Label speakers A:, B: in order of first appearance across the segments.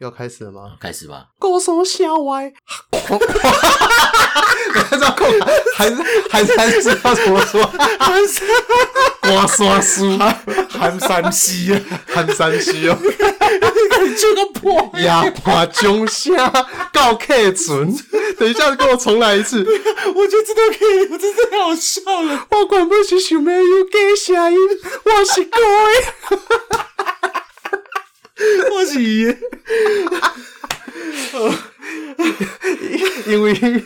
A: 要开始了 吗？
B: 开始吧。
A: 高手小歪，还是要控，还是还是还是要怎么说？
B: 寒山，刮痧书，
C: 寒山西，
A: 啊寒山西哦，
B: 你这个破
A: 压垮中下告 K 存。等一下，给我重来一次。
B: 我就知道可以，我真的太好笑了。
A: 我原本是想要有给声音，我是歌的。
B: 我是爷，
A: 因为顶礼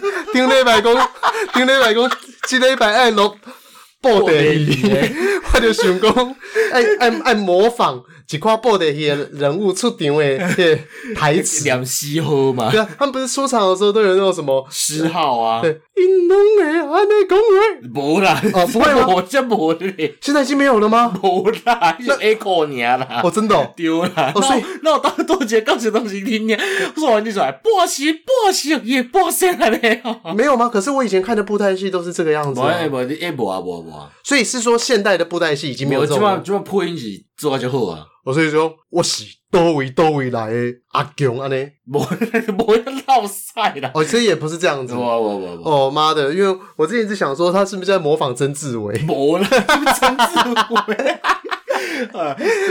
A: 拜讲， 顶礼拜讲，即礼拜爱录布袋戏， 我就想讲， 爱爱爱模仿一款布袋戏的人物出场的迄台 词。
B: 两西喝嘛
A: 对，啊，他们不是出场的时候都有那种什么， 哎
B: 十号啊，
A: 对，因拢会安尼讲话。
B: 没啦，
A: 哦不会吗
B: 我真没嘞，
A: 现在已经没有了 吗？
B: 没啦，就 echo 你啊啦
A: 哦，。真的、哦，
B: 丢啦！
A: 哦所以
B: 那我当多节告诉东西听听，我说完就出来，不行不行，也不行 了嘞。
A: 没有吗？可是我以前看的布袋戏都是这个样子、
B: 无
A: 啊，
B: 哎无你哎无啊无啊无啊，
A: 所以是说现代的布袋戏已经没有
B: 无
A: 这
B: 即
A: 种
B: 马
A: 了。哦
B: 即马配音是做啊就好啊，
A: 我所以说，我是多维多维来的阿强安尼，
B: 无无要闹赛啦。
A: 哦，其实也不是这样子
B: 无。啊 无无无，
A: 哦妈的，因为我之前一直想说他是不是在模仿曾志伟？
B: 无啦，陈志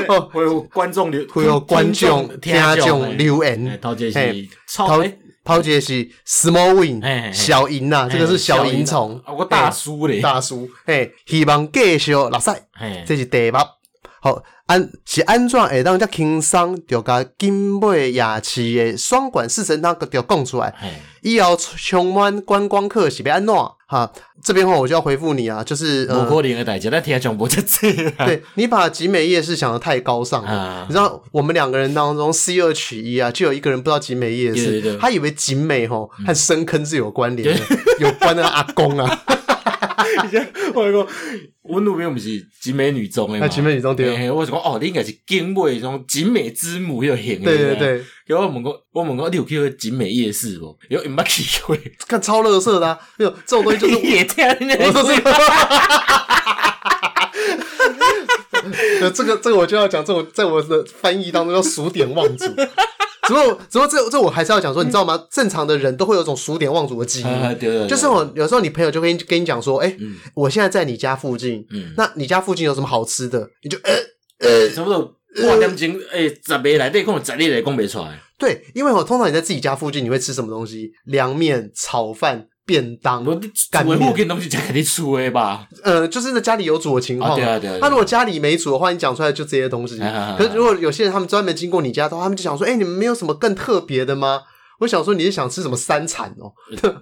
A: 哦，
C: 会有观众留，
A: 会有观众、
B: 听
A: 听
B: 众
A: 众留
B: 伟，
A: 言，
B: 头一个是
A: 嘿
B: 超
A: 抛
B: 哎
A: 抛姐是 small
B: 嘿嘿
A: win 小银呐，这个是小
B: 银
A: 银虫
B: 哎
A: 哎
B: 啊，我大叔嘞，
A: 大叔，嘿，希望继续落赛。
B: 嘿
A: 这是第目。好，安是安怎会当遮轻松，就甲金尾夜市的双管四神汤就讲出来。
B: 嘿
A: 以后充满观光客是要安怎？哈，这边话我就要回复你啊，就是
B: 无
A: 呃，
B: 可能的代志，咱听上无遮济啦。
A: 对你把集美夜市想的太高尚了。
B: 啊
A: 你知道我们两个人当中 C 二取一啊，就有一个人不知道集美夜
B: 对对
A: 市
B: 对，嗯
A: 他以为集美吼和深坑是有关联的， 有关的阿公啊。
B: 我讲，阮女朋友毋是景美女中诶嘛？
A: 啊景美女中对
B: 嘿嘿我是讲哦，你应该是景美种景美之母迄个型诶。
A: 对对。对，
B: 叫我问讲，我问讲，你有去过景美夜市无？有毋捌去过？
A: 看超乐色的、啊，没有这种东西就是
B: 你也听人家
A: 我说
B: 讲
A: 这个，呃，这个这个我就要讲，这种在我的翻译当中叫数典忘祖。只不过，只不过这这我还是要讲说，你知道吗？正常的人都会有一种数典忘祖的基
B: 啊
A: 因，
B: 对对对
A: 就是我有时候你朋友就跟你跟你讲说，哎，我现在在你家附近，
B: 嗯
A: 那你家附近有什么好吃的？你就呃，
B: 欸差不多
A: 呃
B: 半点钟，诶，十个内底讲十个内讲袂出来。
A: 对，因为我通常你在自己家附近，你会吃什么东西？凉面、炒饭、便当，
B: 我你
A: 干啊
B: 我
A: 面
B: 附近拢是食家己厝诶吧？
A: 呃，就是那家里有煮的情况、
B: 啊对啊对啊对啊
A: 那如果家里没煮的话，你讲出来就这些东西。
B: 啊啊啊
A: 可是如果有些人他们专门经过你家的话，他们就想说：“哎、你们没有什么更特别的吗？”我想说你是想吃什么山产哦？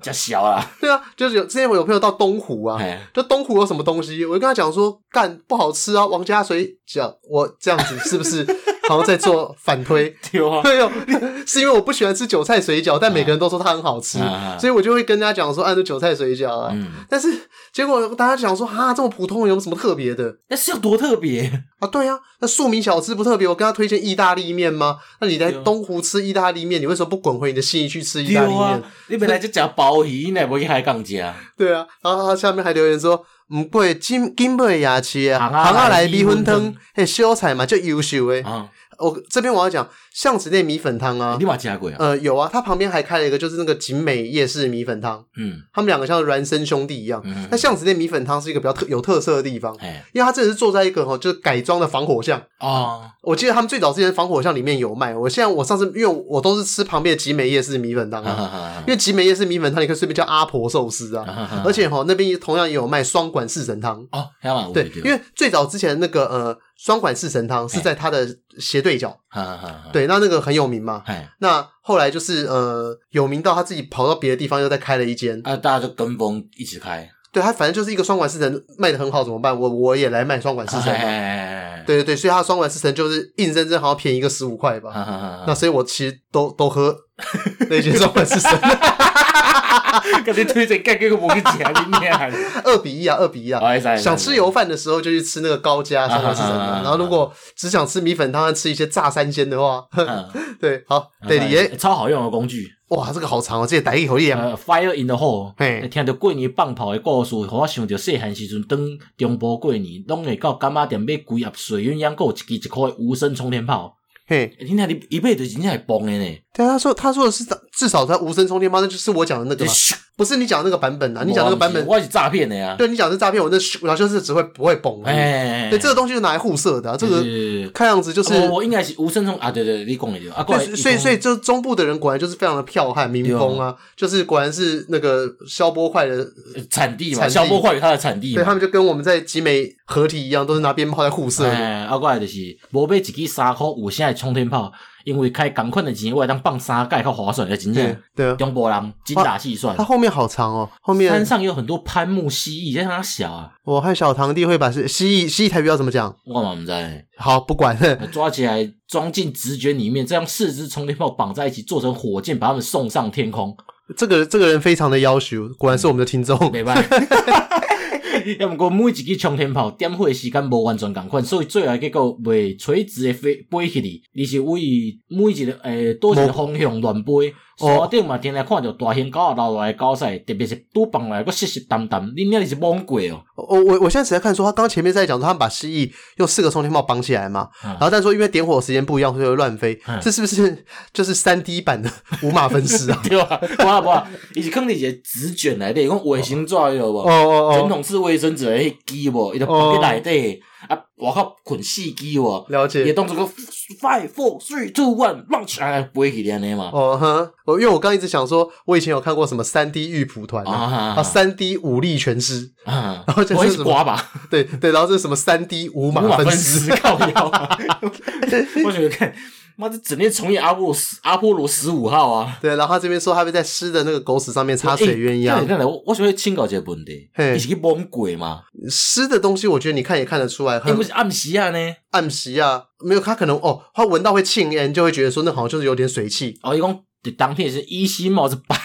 B: 食小啦，
A: 对啊，就是有之前我有朋友到东湖啊，
B: 嘿
A: 就东湖有什么东西，我就跟他讲说：“干不好吃啊！”王家水讲我这样子是不是好像在做反推？
B: 对啊。
A: 没有，是因为我不喜欢吃韭菜水饺，但每个人都说它很好吃，
B: 啊啊
A: 所以我就会跟大家讲说：“按、啊、那韭菜水饺啊。
B: 嗯，
A: 但是结果大家想说，啊哈，这么普通有什么特别的
B: 那是有多特别？
A: 啊？对啊，那庶民小吃不特别，我跟他推荐意大利面吗？那你在
B: 对啊
A: 东湖吃意大利面，你为什么不滚回你的信义去吃意大利
B: 对
A: 面？
B: 啊，你本来就食鲍鱼，你哪会去海港食？
A: 对啊，然后他下面还留言说，唔过金金贝牙吃啊，
B: 行啊
A: 行啊
B: 来
A: 来米粉
B: 米粉
A: 汤，嘿，小菜嘛就优秀诶。
B: 啊，
A: 我哦这边我要讲巷子内米粉汤啊
B: 你，嘛食过啊？
A: 呃，有啊，它旁边还开了一个就是那个景美夜市米粉汤，
B: 嗯
A: 他们两个像孪生兄弟一样。
B: 嗯，
A: 那巷子内米粉汤是一个比较特有特色的地方，
B: 哎
A: 因为它真的是坐在一个哈，就是改装的防火巷。
B: 哦，
A: 我记得他们最早之前防火巷里面有卖。我现在我上次因为我都是吃旁边的集美夜市米粉汤、
B: 哈
A: 啊，
B: 哈哈
A: 因为集美夜市米粉汤你可以随便叫阿婆寿司啊，
B: 哈哈
A: 而且哈那边也同样也有卖双管四神汤。
B: 哦，遐嘛有
A: 对，因
B: 为
A: 为最早之前那个呃双管四神
B: 哎
A: 汤是在它的斜对角，
B: 哈哈哈，
A: 对，那那个很有名嘛。
B: 哎
A: 那后来就是呃有名到他自己跑到别的地方又再开了一间，
B: 啊，大家就跟风一起开，
A: 对他反正就是一个双管四神卖的很好，怎么办？我我也来卖双管四神嘛。
B: 哎，
A: 啊对对对，所以他的双管四神就是硬生生好像便宜个十五块吧。
B: 哈哈哈，
A: 那所以我其实都都喝那些双管是 神
B: 啊跟你推荐干给我去食你娘的，
A: 二比一啊，二比一啊。
B: 哎哎，
A: 想吃油饭的时候就去吃那个高加双管是神
B: 啊啊啊啊啊
A: 汤，然后如果只想吃米粉汤和吃一些炸三鲜的话，对，好，对你耶，
B: 嗯超好用的工具，
A: 哇，这个好长哦，这个打一口一两，
B: 呃，Fire in the hole，
A: 嘿
B: 听到过年放炮的故事，互我想到细汉时阵当中部过年，拢会到干妈店买几盒水鸳鸯，还有一支一块的无声冲天炮，欸
A: 嘿，
B: 你那里一辈子人家还崩的呢，
A: 对啊，他说他说的是至少在无声充电猫，那就是我讲的那个
B: 就
A: 嘛，
B: 咻
A: 不是你讲的那个版本啊，你讲那个版本，
B: 我是诈骗的呀。
A: 对你讲的是诈骗，我那咻然后就是只会不会崩而已。
B: 哎，
A: 对，这个东西就拿来互射的、啊，这个
B: 是
A: 看样子就是
B: 啊我我应该是无声中啊，对对，对你讲的对啊，过来
A: 对，所以所以就中部的人果然就是非常的剽悍民风啊，就是果然是那个消波块的，
B: 呃产地嘛，
A: 产地
B: 消波块有它的产地
A: 对他
B: 嘛。
A: 们就跟我们在集美合体一样，都是拿鞭炮在互射。
B: 哎，啊，过来就是无买一支三箍五现在冲天炮，因为开同款的钱，我会当放三盖较划算，的真
A: 对
B: 正
A: 对啊，
B: 中国人精打细算
A: 他。后面好长哦，后面
B: 山上有很多攀木蜥蜴，在他小啊，
A: 我和小堂弟会把蜥蜴蜥蜴台语要怎么讲？
B: 我嘛不知道。
A: 好，不管，
B: 抓起来装进直觉里面，再用四支充电炮绑在一起，做成火箭，把他们送上天空。
A: 这个这个人非常的要求，果然是我们的听众。
B: 没 办法，要不过每一支充电炮点火的时间无完全共款，所以最后的结果袂垂直的飞飞起去，而是为每一个诶多、一个方向乱飞。
A: 哦
B: 山顶嘛，天来看到大型狗流落来的狗屎，特别是拄放下来个湿湿澹澹，你那里是懵鬼哦。
A: 我我我现在只在看说，他刚刚前面在讲说，他们把蜥蜴用四个冲天炮绑起来嘛，
B: 嗯
A: 然后但说因为点火时间不一样，所以会乱飞
B: 嗯。？
A: 这是不是就是三 D 版的五马分尸啊
B: 对吧？无啊无啊，伊是放伫一个纸卷内底，讲卫生纸有无？
A: 哦哦
B: 传
A: 哦，
B: 统式卫生纸的迄支无，伊就放伫内底，啊，外口捆四支无，
A: 了
B: 伊
A: 解。
B: 当做个 five four three two one 浪起来飞起安尼嘛。
A: 哦哼，我因为我刚刚一直想说，我以前有看过什么三 D 玉蒲团啊，
B: 啊
A: 啊三 D 武力全尸，
B: 啊！
A: 然后就是
B: 我一
A: 什
B: 直
A: 么
B: 刮吧，
A: 对对，然后这是什么三 D 五
B: 五
A: 马
B: 马
A: 分
B: 分
A: 尸
B: 尸，靠腰 啊！我觉得看，妈这整天重演阿波罗十阿波罗十五号啊！
A: 对，然后他这边说他会在湿的那个狗屎上面插水鸳
B: 欸
A: 鸯
B: 等一下，等一下我我想要请教一个问题，
A: 嘿
B: 伊是去蒙鬼嘛？
A: 湿的东西，我觉得你看也看得出来，
B: 因为
A: 很
B: 是暗时啊呢。
A: 暗习啊，没有他可能哦，他闻到会沁烟，就会觉得说那好像就是有点水汽
B: 哦，伊讲当天是依稀帽子白，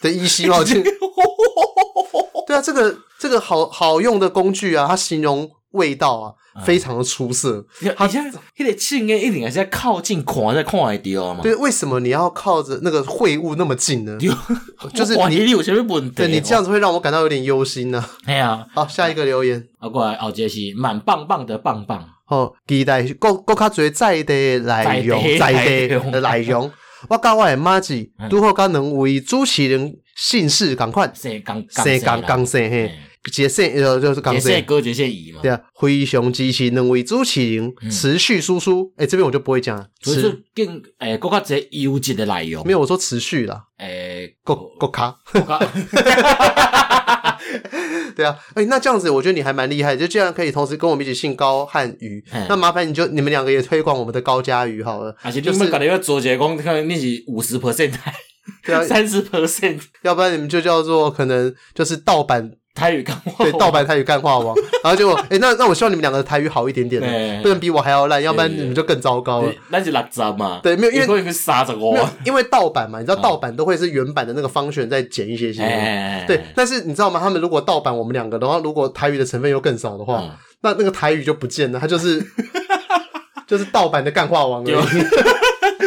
A: 的依稀
B: 哎
A: 冒进。 对啊，这个这个好好用的工具啊，它形容味道
B: 嗯
A: 啊，非常的出色。
B: 而且迄个庆烟一定还是要靠近看才看会到嘛。
A: 对，为什么你要靠着那个秽物那么近呢？就是
B: 我怀疑
A: 你
B: 你有啥物问题？
A: 对你这样，子会让我感到有点忧心呢、
B: 哎呀，
A: 好，下一个留言
B: 啊过来后一个是满棒棒的棒棒，
A: 哦，期待够够较侪在地内容，
B: 在
A: 在
B: 地的内容
A: 地的内容。我甲我的妈子
B: 嗯
A: 拄好甲两位主持人姓氏共款，
B: 姓刚
A: 姓共
B: 刚
A: 共姓嘿，
B: 嘿，
A: 一个姓呃就是共
B: 也
A: 姓
B: 姓。哥也姓乙嘛
A: 对。啊，非常支持两位主持人
B: 嗯
A: 持续输出。哎、这边我就不会讲了，
B: 所以
A: 持
B: 说更诶，更加侪优质的内容。
A: 没有我说持续啦，
B: 诶，
A: 够够卡。
B: 更加
A: 对啊，哎、那这样子我觉得你还蛮厉害，就这样可以同时跟我们一起姓高和鱼。
B: 嗯
A: 那麻烦你就你们两个也推广我们的高佳鱼好了，
B: 而且你
A: 就是
B: 们可能要做一个讲，看你是五十 percent
A: 对 啊，
B: 三十 percent
A: 要不然你们就叫做可能就是盗版
B: 台语讲话，
A: 对盗版台语干 话王，然后结果哎、那那我希望你们两个的台语好一点点
B: 对
A: 的，不能比我还要烂，要不然
B: 对对
A: 你们就更糟糕了
B: 对。哦咱是六十嘛。
A: 对，没有因为
B: 可以去三十五
A: 没。有因为盗版嘛，你知道盗版都会是原版的那个方选再减一些些。
B: 嗯哎，
A: 对，但是你知道吗？他们如果盗版我们两个的话，如果台语的成分又更少的话，
B: 嗯
A: 那那个台语就不见了，它就是 就是盗版的干话王而
B: 有
A: 已。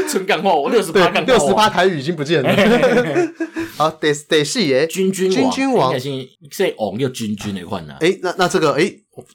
B: 纯干话，我六十八
A: 对，
B: 干
A: 六十
B: 话哎
A: 八。台语已经不见了。 好，得得是耶。
B: 君君
A: 君君王
B: 应该是是王叫君君那款啦。
A: 哎，那那这个哎，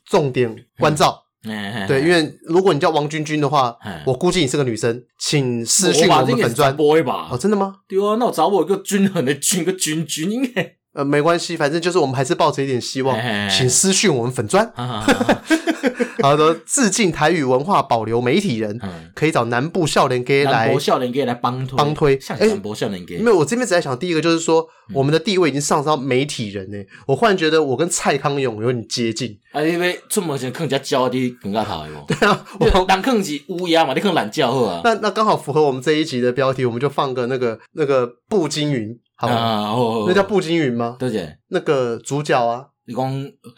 A: 重点关照。
B: 哎
A: 对，因为如果你叫王君君的话
B: 嗯，
A: 我估计你是个女生，请私信我们粉砖。
B: 播吧
A: 哦，。真的吗？
B: 对啊，那我找我一个均衡的均，个君君应该。
A: 呃，没关系，反正就是我们还是抱着一点希望
B: 嘿嘿嘿，
A: 请私信我们粉 砖。
B: 哈哈哈哈
A: 好的，致敬台语文化保留媒体人，
B: 嗯
A: 可以找南部少年 gay
B: 南
A: 来
B: 博少年给来帮推，
A: 帮推
B: 像
A: 哎
B: 南博少年给
A: 因，为我这边只在想，第一个就是说，
B: 嗯
A: 我们的地位已经上升到媒体人呢、我忽然觉得我跟蔡康永有点接近。
B: 啊，因为出门前更加焦的更加头的无。
A: 对啊，
B: 你
A: 我
B: 人坑是乌鸦嘛，你坑懒觉好啊。
A: 那那刚好符合我们这一集的标题，我们就放个那个那个步惊云， 好吗？
B: 啊，哦，
A: 那叫步惊云吗？
B: 对姐，
A: 那个主角啊，
B: 你讲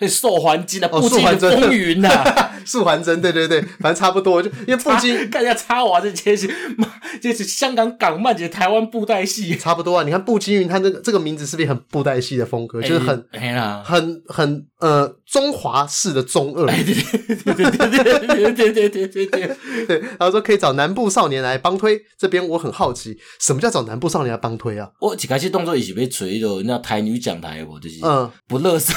B: 迄受环境啊，
A: 哦
B: 不
A: 受
B: 的
A: 环境
B: 风云啊呐。
A: 素还真，对对 对，反正差不多。就因为步惊
B: 大家插娃这些是，妈，这是香港港漫，这是台湾布袋戏，
A: 差不多啊，你看步惊云，他那个这个名字是不是很布袋戏的风格，就是很
B: 哎哎啦，
A: 很很呃中华式的中二？
B: 对对对对对对对对对对对，
A: 对，然后说可以找南部少年来帮推。这边我很好奇，什么叫找南部少年来帮推啊？
B: 我一开始动作也是被锤的，那台女讲台无，就是
A: 嗯，
B: 不乐色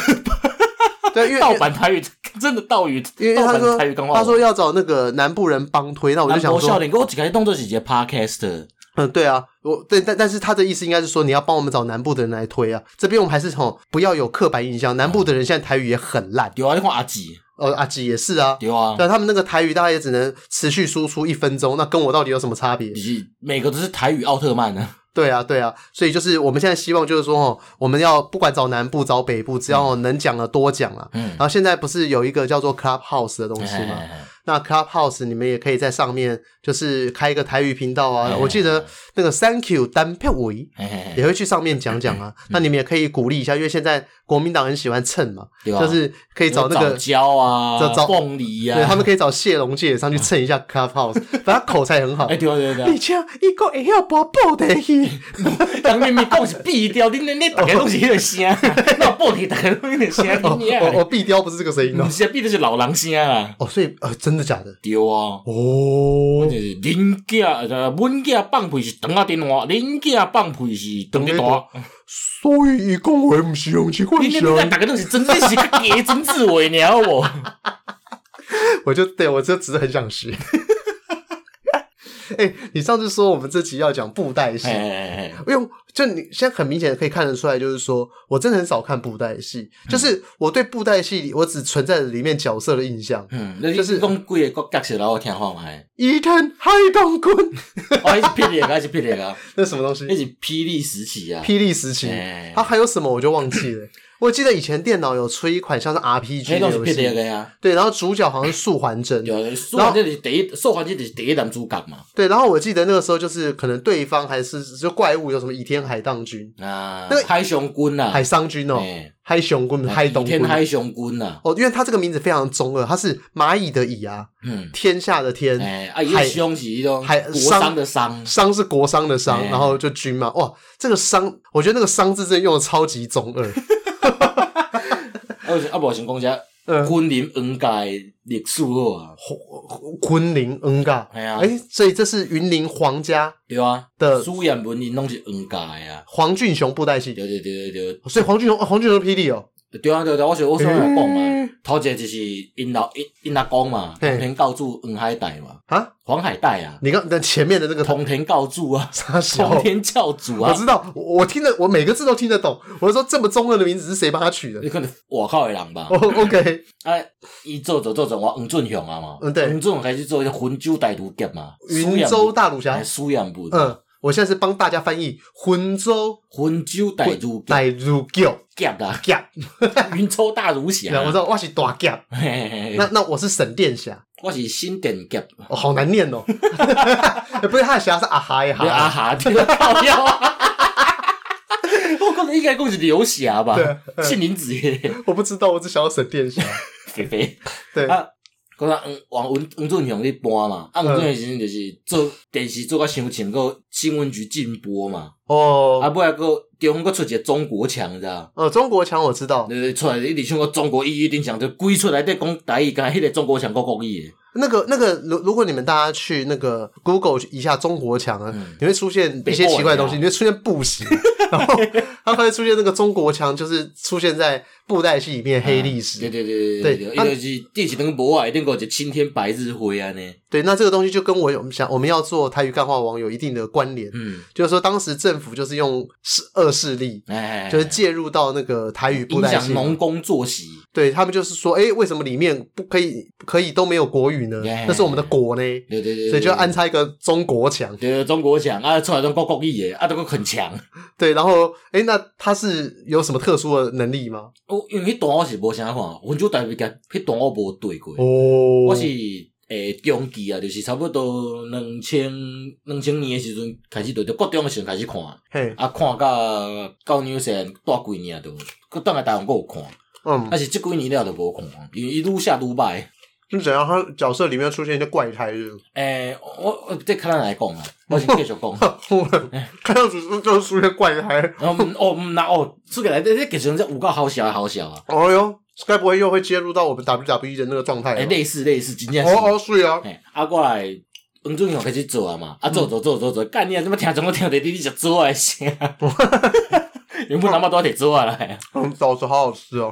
A: 对，因为
B: 盗版台语真的道语，
A: 因为
B: 盗
A: 他
B: 版
A: 说
B: 台语干话。
A: 他说要找那个南部人帮推，那我就
B: 南
A: 想
B: 博笑
A: 说，
B: 脸，我一开始当做是一个 podcast，
A: 嗯，对啊，我对，但但是他的意思应该是说你要帮我们找南部的人来推啊。这边我们还是从不要有刻板印象，南部的人现在台语也很烂，
B: 对啊，你看阿姊，
A: 呃，阿吉也是啊，
B: 对啊，
A: 但他们那个台语大概也只能持续输出一分钟，那跟我到底有什么差别
B: 你？是每个都是台语奥特曼啊。
A: 对啊，对啊，所以就是我们现在希望就是说哦，我们要不管找南部找北部，只要能讲的多讲啊。
B: 嗯
A: 然后现在不是有一个叫做 Clubhouse 的东西
B: 哎
A: 吗？
B: 哎哎
A: 那 Clubhouse 你们也可以在上面就是开一个台语频道
B: 哎
A: 啊。我记得那个 Thank you 单票伟
B: 哎哎嗯哎
A: 也会去上面讲讲啊。那你们也可以鼓励一下，因为现在国民党很喜欢蹭嘛，
B: 对啊，
A: 就是可以找那
B: 有
A: 个
B: 早教啊，
A: 找找
B: 凤梨啊，
A: 对他们可以找谢龙介上去蹭一下 Clubhouse，反正他 口才很好
B: 哎，。对啊对啊对
A: 你这样一个会晓播报的去，
B: 啊，人明明讲是闭掉，你你你大家都是迄个声，那报题大家都迄个
A: 哦
B: 声，你
A: 我
B: 啊，
A: 我壁雕不是这个声音哦
B: 不。是闭的是老人声啊，
A: 哦，所以呃，真的假的？
B: 对啊。
A: 哦
B: 就，是恁囝，呃，阮囝放屁是长啊电话，恁囝放屁是长得大。
A: 所以伊讲话唔是用这款
B: 你你你，大家都是真正是个假曾志伟，你知道 无？
A: 我就对我就只是很想学。哎、你上次说我们这集要讲布袋戏，
B: 哎哎哎
A: 因为就你现在很明显地可以看得出来，就是说我真的很少看布袋戏，就是我对布袋戏我只存在着里面角色的印象。
B: 嗯，你
A: 就是
B: 你讲几个角色，然后我听看 卖。
A: 伊藤海东君，
B: 哦，迄是霹雳啊，迄是霹雳啊，
A: 那什么东
B: 迄
A: 西？
B: 是霹雳时期啊。
A: 霹雳时期，
B: 哎
A: 它还有什么我就忘记 了。我记得以前电脑有出一款像是 RPG
B: 迄拢是
A: 游
B: 霹雳
A: 戏，
B: 个啊。
A: 对，然后主角好像是素还真，
B: 对，素环这是第一，素环这就是第一男主角嘛。
A: 对，然后我记得那个时候就是可能对方还是就怪物有什么倚天海荡军、
B: 啊
A: 那，个
B: 海上君啊，
A: 海商军哦、
B: 哎
A: 海熊军、海东
B: 倚
A: 军
B: 天海上君啊，
A: 哦，因为他这个名字非常中二，他是蚂蚁的蚁啊，
B: 嗯，
A: 天下的天，
B: 哎，啊，伊
A: 海
B: 商是迄种
A: 海
B: 国商的商，
A: 商是国商的商，
B: 哎
A: 然后就军嘛，哇，这个商，我觉得那个商字真的用的超级中 二，
B: 啊，有时啊，无想讲啥，
A: 嗯
B: 君临黄家的历史好啊，
A: 昆凌恩嘎，
B: 哎呀
A: 哎，所以这是云林皇家
B: 对啊，
A: 的
B: 苏彦文因拢是黄家的啊，
A: 黄俊雄布袋戏，
B: 对对对对对，
A: 所以黄俊雄，哦黄俊雄是霹雳哦，
B: 对啊对啊对啊，我想我想来讲嘛
A: 哎，
B: 头一个就是因老因因阿公嘛，
A: 嘿
B: 通天教主黄海带嘛，
A: 啊，
B: 黄海带 啊，
A: 你刚那前面的那个
B: 通天教主 啊，
A: 啥小
B: 通天教主啊
A: 我，知道，我我听得我每个字都听得懂。我是说这么中二的名字是谁帮他取的
B: 你可能外口的人吧
A: 哦，？OK，
B: 啊，伊做做做做，我黄俊雄啊嘛，
A: 嗯对
B: 黄俊雄开始做迄浑州大屠劫嘛，
A: 云州大儒侠。
B: 苏彦文，嗯，
A: 嗯，我现在是帮大家翻译浑州
B: 浑州大屠
A: 大
B: 劫
A: 儒教
B: 劫 啦，
A: 甲。
B: 云州大儒侠，
A: 然
B: 啊
A: 后我知道我是大甲，
B: 嘿嘿嘿
A: 那那我是沈殿侠，
B: 我是新店劫，
A: 哦，好难念 哦。不是他的侠是啊哈呀
B: 你阿
A: 哈，
B: 哈听到了啊。我可能应该讲是刘霞吧
A: 对嗯，
B: 姓林子耶，
A: 我不知道，我只想要沈殿侠。
B: 肥肥。
A: 对，
B: 啊，讲到黄黄文黄俊雄咧播嘛，啊黄俊雄时阵就是做电视做到伤深，个新闻局禁播嘛，啊
A: 哦
B: 尾啊个中国出一个中国强，你知道？
A: 哦，中国强我知道，
B: 就是出来一直唱个中国一一定强，就规出来在讲台语，甲迄个中国强国国语的。
A: 那个那个，如如果你们大家去那个 Google 一下中国墙啊，
B: 嗯
A: 你会出现一些奇怪的东西，
B: 北欧人啊
A: 你会出现布鞋， 然后它会出现那个中国墙，就是出现在布袋戏里面的黑历史。
B: 对对对对对，
A: 对啊
B: 伊就是电视灯无啊，一定有一个青天白日辉安尼。
A: 对那这个东西就跟我有我们想我们要做台语干话王有一定的关联，
B: 嗯，
A: 就是说当时政府就是用势恶势力。
B: 哎，
A: 就是介入到那个台语布
B: 影
A: 袋
B: 响
A: 戏，
B: 农工作息。
A: 对他们就是说，哎、为什么里面不可以可以都没有国语呢
B: Yeah
A: 那是我们的国呢，
B: 哎对对对，
A: 所以就要
B: 按
A: 安插一个中国墙。
B: 对中国强啊，出来都国国语的啊，都个很强。
A: 对，然后哎、诶那他是有什么特殊的能力吗？
B: 我哦因为迄段我是无啥看，温州台北甲迄段我无对过。
A: 哦
B: 我是诶中期啊，就是差不多两千两千年诶时阵开始对，就国中诶时阵开始看，啊
A: 嘿，
B: 看到到纽西兰大几年都，佮当来台湾阁有看，
A: 嗯，
B: 但是即几年了就无看，因为伊愈写愈歹。
A: 就怎样？他角色里面出现一些怪胎是不 是
B: 诶、我我这较咱来讲啊，我先继续讲。
A: 突然
B: 哎
A: 看到主就出现怪胎，
B: 然后哦，毋那哦，出个来这这剧情这有够好笑的好笑啊！
A: 哎呦，该不会又会接入到我们 WWE 的那个状态
B: 诶、
A: 了？
B: 哎类似类似，真正是。
A: 哎哦哦，是啊，
B: 嘿，啊，我来黄俊雄开始做啊嘛，啊做做做做做，干你啊！怎么听怎么听着你你就做诶声，啊原本咱妈都要摕纸仔来
A: 嗯，枣子好好吃哦。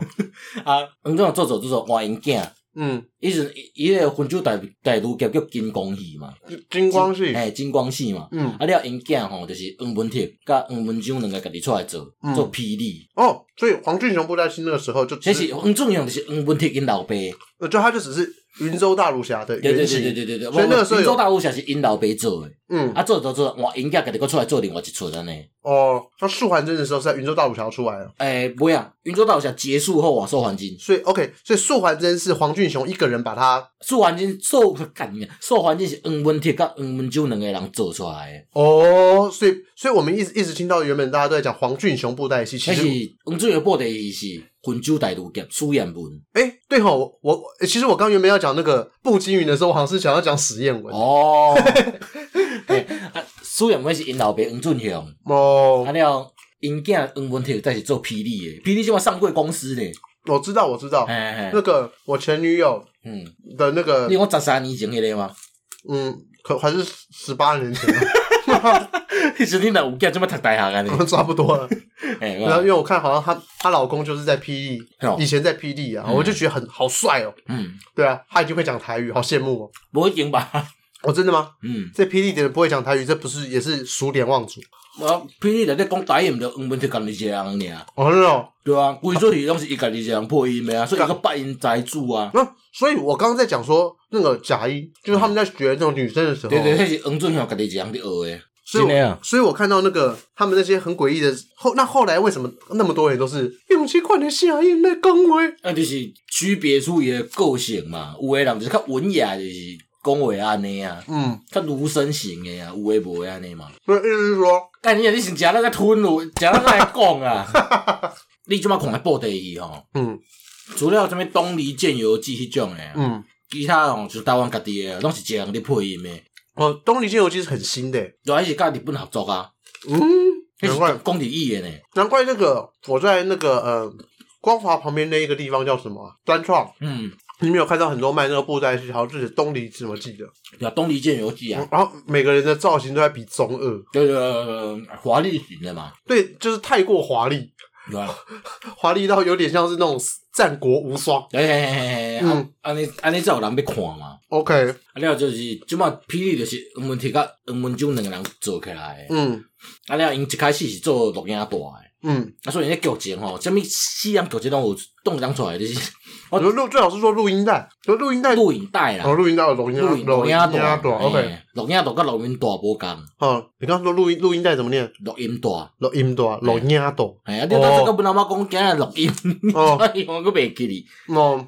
B: 啊。啊，阮种做做做做换因囝，
A: 嗯，
B: 伊阵伊伊迄个温州大大陆叫叫金光戏嘛，
A: 金光系，
B: 哎，金光戏嘛。
A: 嗯，
B: 啊，了因囝吼，就是黄文铁甲黄文章两个家己出来做、
A: 嗯
B: 做霹雳，
A: 哦，所以黄俊雄不在清那个时候就
B: 这
A: 只
B: 是黄仲勇，就是黄文铁因老爸。
A: 呃就他就只是云州大儒侠的
B: 对对
A: 原
B: 对对
A: 型。
B: 对对对，
A: 所以那个时候有
B: 周大武侠是因老爸做的，
A: 嗯，
B: 啊做做做，换因囝家己搁出来做另外一出安尼。
A: 哦，那素还真的时候是在云州大儒侠出来了。
B: 诶，不啊，云州大武侠结束后啊，受环境，
A: 所以 OK，所以素还真是黄俊雄一个人把他
B: 受环境受干你娘，受环境是黄文铁甲黄文九两个人做出来
A: 哦，所以所以我们一直一直听到原本大家都在讲黄俊雄布袋戏，
B: 的。
A: 其
B: 但是
A: 实
B: 黄俊的报第一是温州大陆剧苏彦文，
A: 哎、对吼，我我诶其实我刚原本要讲那个步惊云的时候，我好像是想要讲史艳文哦
B: 哦，嘿啊苏彦文是因老爸黄俊雄，
A: 哦
B: 啊了因囝黄文铁才是做霹雳的，霹雳即嘛上过公司咧，
A: 我知道我知道，
B: 哎
A: 哦那个我前女友
B: 嗯，
A: 的那个
B: 你，讲十三年前迄个吗？
A: 嗯，可还是十八年前，
B: 迄时你若有囝，即么读大学安 尼？
A: 差不多了。
B: 哎，
A: 然后因为我看好像她她老公就是在霹雳，
B: 哦
A: 以前在霹雳啊，
B: 嗯
A: 我就觉得很好帅哦。
B: 嗯，
A: 对啊，他已经会讲台语，好羡慕哦。
B: 无一定吧？
A: 哦，真的吗？
B: 嗯，
A: 在霹雳的人不会讲台语，这不是也是数典忘祖？
B: 我譬如在咧讲台语，毋着黄文就家己一个人尔，
A: 哦，真的哦。
B: 啊对啊，规出戏拢是伊家己一个人配音的啊，所以伊个八音才主啊。
A: 那、所以我刚刚在讲说那个假音，就是他们在学那种女生的时候，
B: 对对，迄是黄俊雄家己一个人咧学的。
A: 所以
B: 真的啊
A: 我，所以我看到那个他们那些很诡异的后，那后来为什么那么多人都是用奇款的声音来讲话？
B: 啊，就是区别出伊的个性嘛。有诶人就是较文雅，就是讲话安尼啊，
A: 嗯，
B: 较儒生型的啊，有诶无诶安尼嘛。
A: 所以意思是说，
B: 干你啊！你先食那个吞落，食那个来讲啊。 你即马看诶报第一吼，
A: 嗯
B: 除了什么东篱剑游记迄种诶啊，
A: 嗯，
B: 其他吼就是台湾家己诶，拢是一个人咧配音诶，
A: 哦，东尼剑游记是很新的，
B: 主要是甲日本合作啊，
A: 嗯，
B: 迄
A: 难
B: 是
A: 怪
B: 讲讲日语诶呢。
A: 难怪那个我在那个呃光华旁边那一个地方叫什么啊专创，
B: 嗯，
A: 你们有看到很多卖那个布袋戏，好像就是东尼什么记的，
B: 对啊，东篱剑游记啊，
A: 然后每个人的造型都在比中二，
B: 对对对对对华丽型的嘛，
A: 对，就是太过华丽，
B: 对
A: 哦
B: 啊，
A: 华丽到有点像是那种战国无双。
B: 嘿嘿嘿嘿，啊
A: 嗯
B: 安尼安尼才有人要看嘛。
A: OK，
B: 啊了就是即马霹雳就是黄文铁甲黄文章两个人做起来的，
A: 嗯
B: 啊了因一开始是做录音带诶，
A: 嗯，
B: 啊所以迄剧情吼，啥物西洋剧情拢有拢有讲出来，就是
A: 我觉得录最好是说录音带，就录音带
B: 录影带啦
A: 哦，。录音带有录音带，
B: 录影录音带
A: 带，OK。
B: 嘿录影带甲录音带无共，
A: 哦，你刚刚说录音录音带怎么念？
B: 录音带。
A: 录音带，录音带。
B: 哎呀，你到这个本阿妈讲今日录音，
A: 哦
B: 哎呦，我个袂记哩。
A: 哦，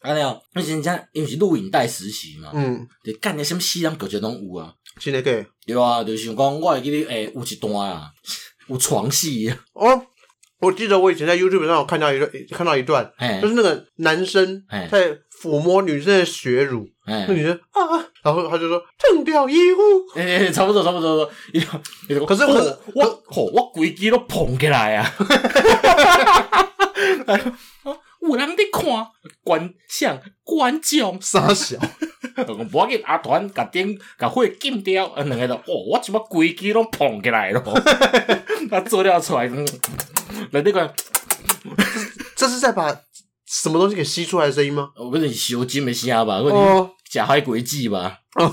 B: 啊了，那真正因为是录影带实习嘛，
A: 嗯，
B: 就干你什么西洋剧情拢有啊，
A: 真的给
B: 对啊，就想讲我会记得诶、有一段啊，有床戏啊，
A: 哦。我记得我以前在 YouTube 上有看到一段，看到一段，
B: 嘿
A: 就是那个男生
B: 哎
A: 在抚摸女生的血乳，
B: 哎
A: 那女生啊，然后他就说正掉衣物，
B: 哎，哎差不多差不多，伊就伊就
A: 可是
B: 哦
A: 可是
B: 我吼我规支都捧起 来啊， 有人在看观赏观众。
A: 傻小，
B: 无要紧，阿团甲顶甲火禁掉，啊两个就哦，我即马规支拢捧起来咯， 啊做了出来，嗯来那个
A: 这是在把什么东西给吸出来的声音吗？
B: 我跟你哦烧金的声吧，我跟你
A: 哦，
B: 食海鬼子吧。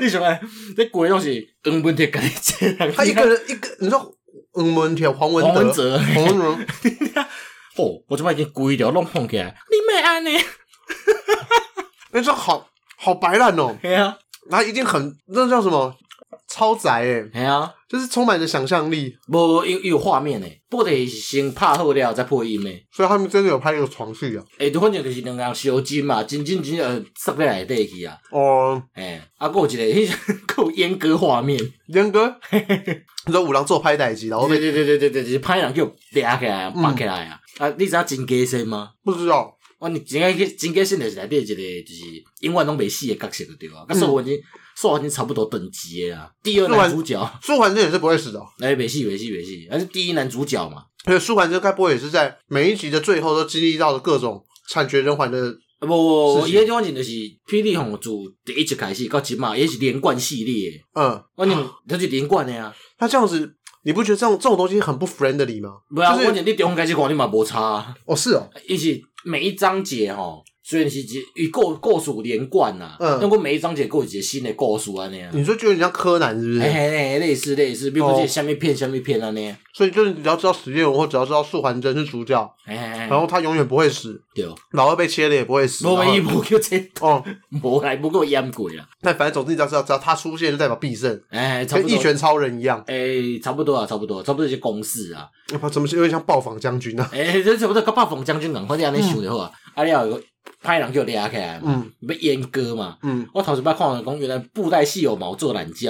B: 你想看，这鬼拢是黄文铁家己一个人，
A: 他一个人一个，你知道嗯，文铁黄文
B: 黄文
A: 德，
B: 哲，
A: 黄文哲，
B: 哦，我即摆已经规条拢捧起来，你咩安尼？
A: 哎，这好好白烂哦。
B: 系啊，
A: 然后一定很那叫什么超宅哎、
B: 系啊，
A: 就是充满着想象力，
B: 无有有画面诶，不得是先拍好了再配音诶。
A: 所以他们真的有拍一个床戏啊。
B: 诶，就哎反正就是两个人烧金嘛，真真真呃塞在内底去啊。
A: 哦、
B: 诶、啊，还有一个迄 还有阉割画面，
A: 严 格，你说五郎做拍歹机，然后
B: 哦对
A: 被
B: 对对对对对，就是歹人叫掠起来、啊，绑起来啊。啊，你知影真假身吗？
A: 不知道，
B: 我真假真假身就是内底一个就是永远拢袂死的角色就对啊。甲苏文金、苏文金差不多等级的啊。第二男主角，
A: 苏环真也是不会死的哦、
B: 哎，袂死袂死袂死，还是第一男主角嘛？
A: 而且苏环真该不会也是在每一集的最后都经历到了各种惨绝人寰的，
B: 啊，无无，
A: 是
B: 伊迄反正就是霹雳红自第一集开始到即嘛，也是连贯系列的，
A: 嗯，
B: 反正它是连贯的啊。
A: 他这样子你不觉得这种这种东西很不 friendly 吗？
B: 不啊，
A: 就是
B: 我讲你中开始看你嘛无差、啊，
A: 哦，是哦，
B: 伊是每一章节吼，虽然是一伊故故事连贯呐、
A: 嗯
B: 但我每一章节佫有一个新的故事安尼啊。
A: 你说就有点像柯南是不是？
B: 嘿嘿嘿，类似类似，并不是下面片下面片安尼。啊
A: 所以就是你只要知道史艳文或只要知道素还真是主角，
B: 嘿嘿
A: 然
B: 嘿，
A: 后他永远不会死，
B: 对，
A: 老二被切了也不会死。
B: 无伊
A: 然后
B: 无叫这
A: 哦，
B: 无来不够淹过啦。
A: 但反正总之你只要知道，只要他出现就代表必胜，
B: 哎，差不
A: 跟
B: 多
A: 一。拳超人一样，
B: 诶、差不多啊，差不多，差不多一些公式啊。
A: 哇怎么有点像暴坊将军啊？
B: 诶、这差不多甲八方将军共款，你安尼想就好啊。啊，了有歹人叫掠起来嘛，
A: 嗯
B: 要阉割嘛。
A: 嗯，
B: 我头一摆看人讲，原来布袋戏有毛做懒觉，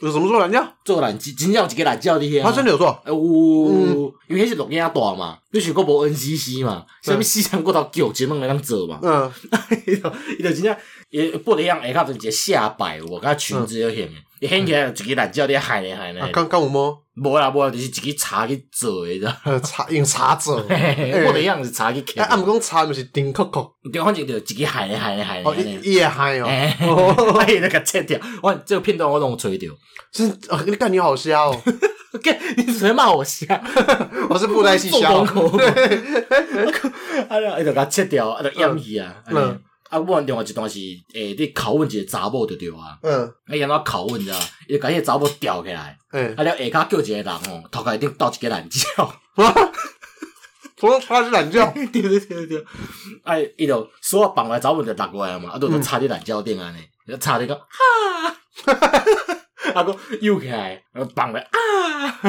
A: 有什么做人家？
B: 做懒真真正有一个懒觉伫遐。
A: 他真的有做，
B: 呃，有，因为迄是录影大嘛，你想讲无 NCC 嘛，啥物西山骨头叫即拢会当做嘛，
A: 嗯，
B: 伊就伊就真正伊不一样下骹就一个下摆，有无甲裙子迄型的，伊掀起来就一个懒鸟咧害咧害咧
A: 啊，，刚刚我摸
B: 无啦无啦，就是一个叉去做诶，咋？
A: 呃查用查者，
B: 不一样是叉去
A: 哎，啊，
B: 徛，
A: 毋讲查就是丁扣扣，
B: 对，反正就一个害咧害咧害
A: 哦，
B: 咧。
A: 伊伊也嗨哦，
B: 哎，伊那个切掉，我这个片段我拢有吹掉。
A: 真啊，你干你好瞎哦，
B: 干，你直接骂我瞎，
A: 我是布袋戏瞎
B: 做
A: 哦，
B: 工口。啊，然后伊就甲切掉，啊，就淹去啊。
A: 嗯
B: 安尼啊，我另外一段是，诶、你拷问一个查某就对啊。
A: 嗯，
B: 啊，伊安怎拷问你知道吗？伊就甲迄个查某吊起来，
A: 哎，
B: 啊，了下骹叫一个人哦，头壳一定倒一个懒觉。
A: 从头插是懒觉，
B: 对对对对。啊，伊就所有放来查某就落过来嘛，啊，就就插伫懒觉顶安尼，就插伫个 哈。啊，个又起来，然后放来啊，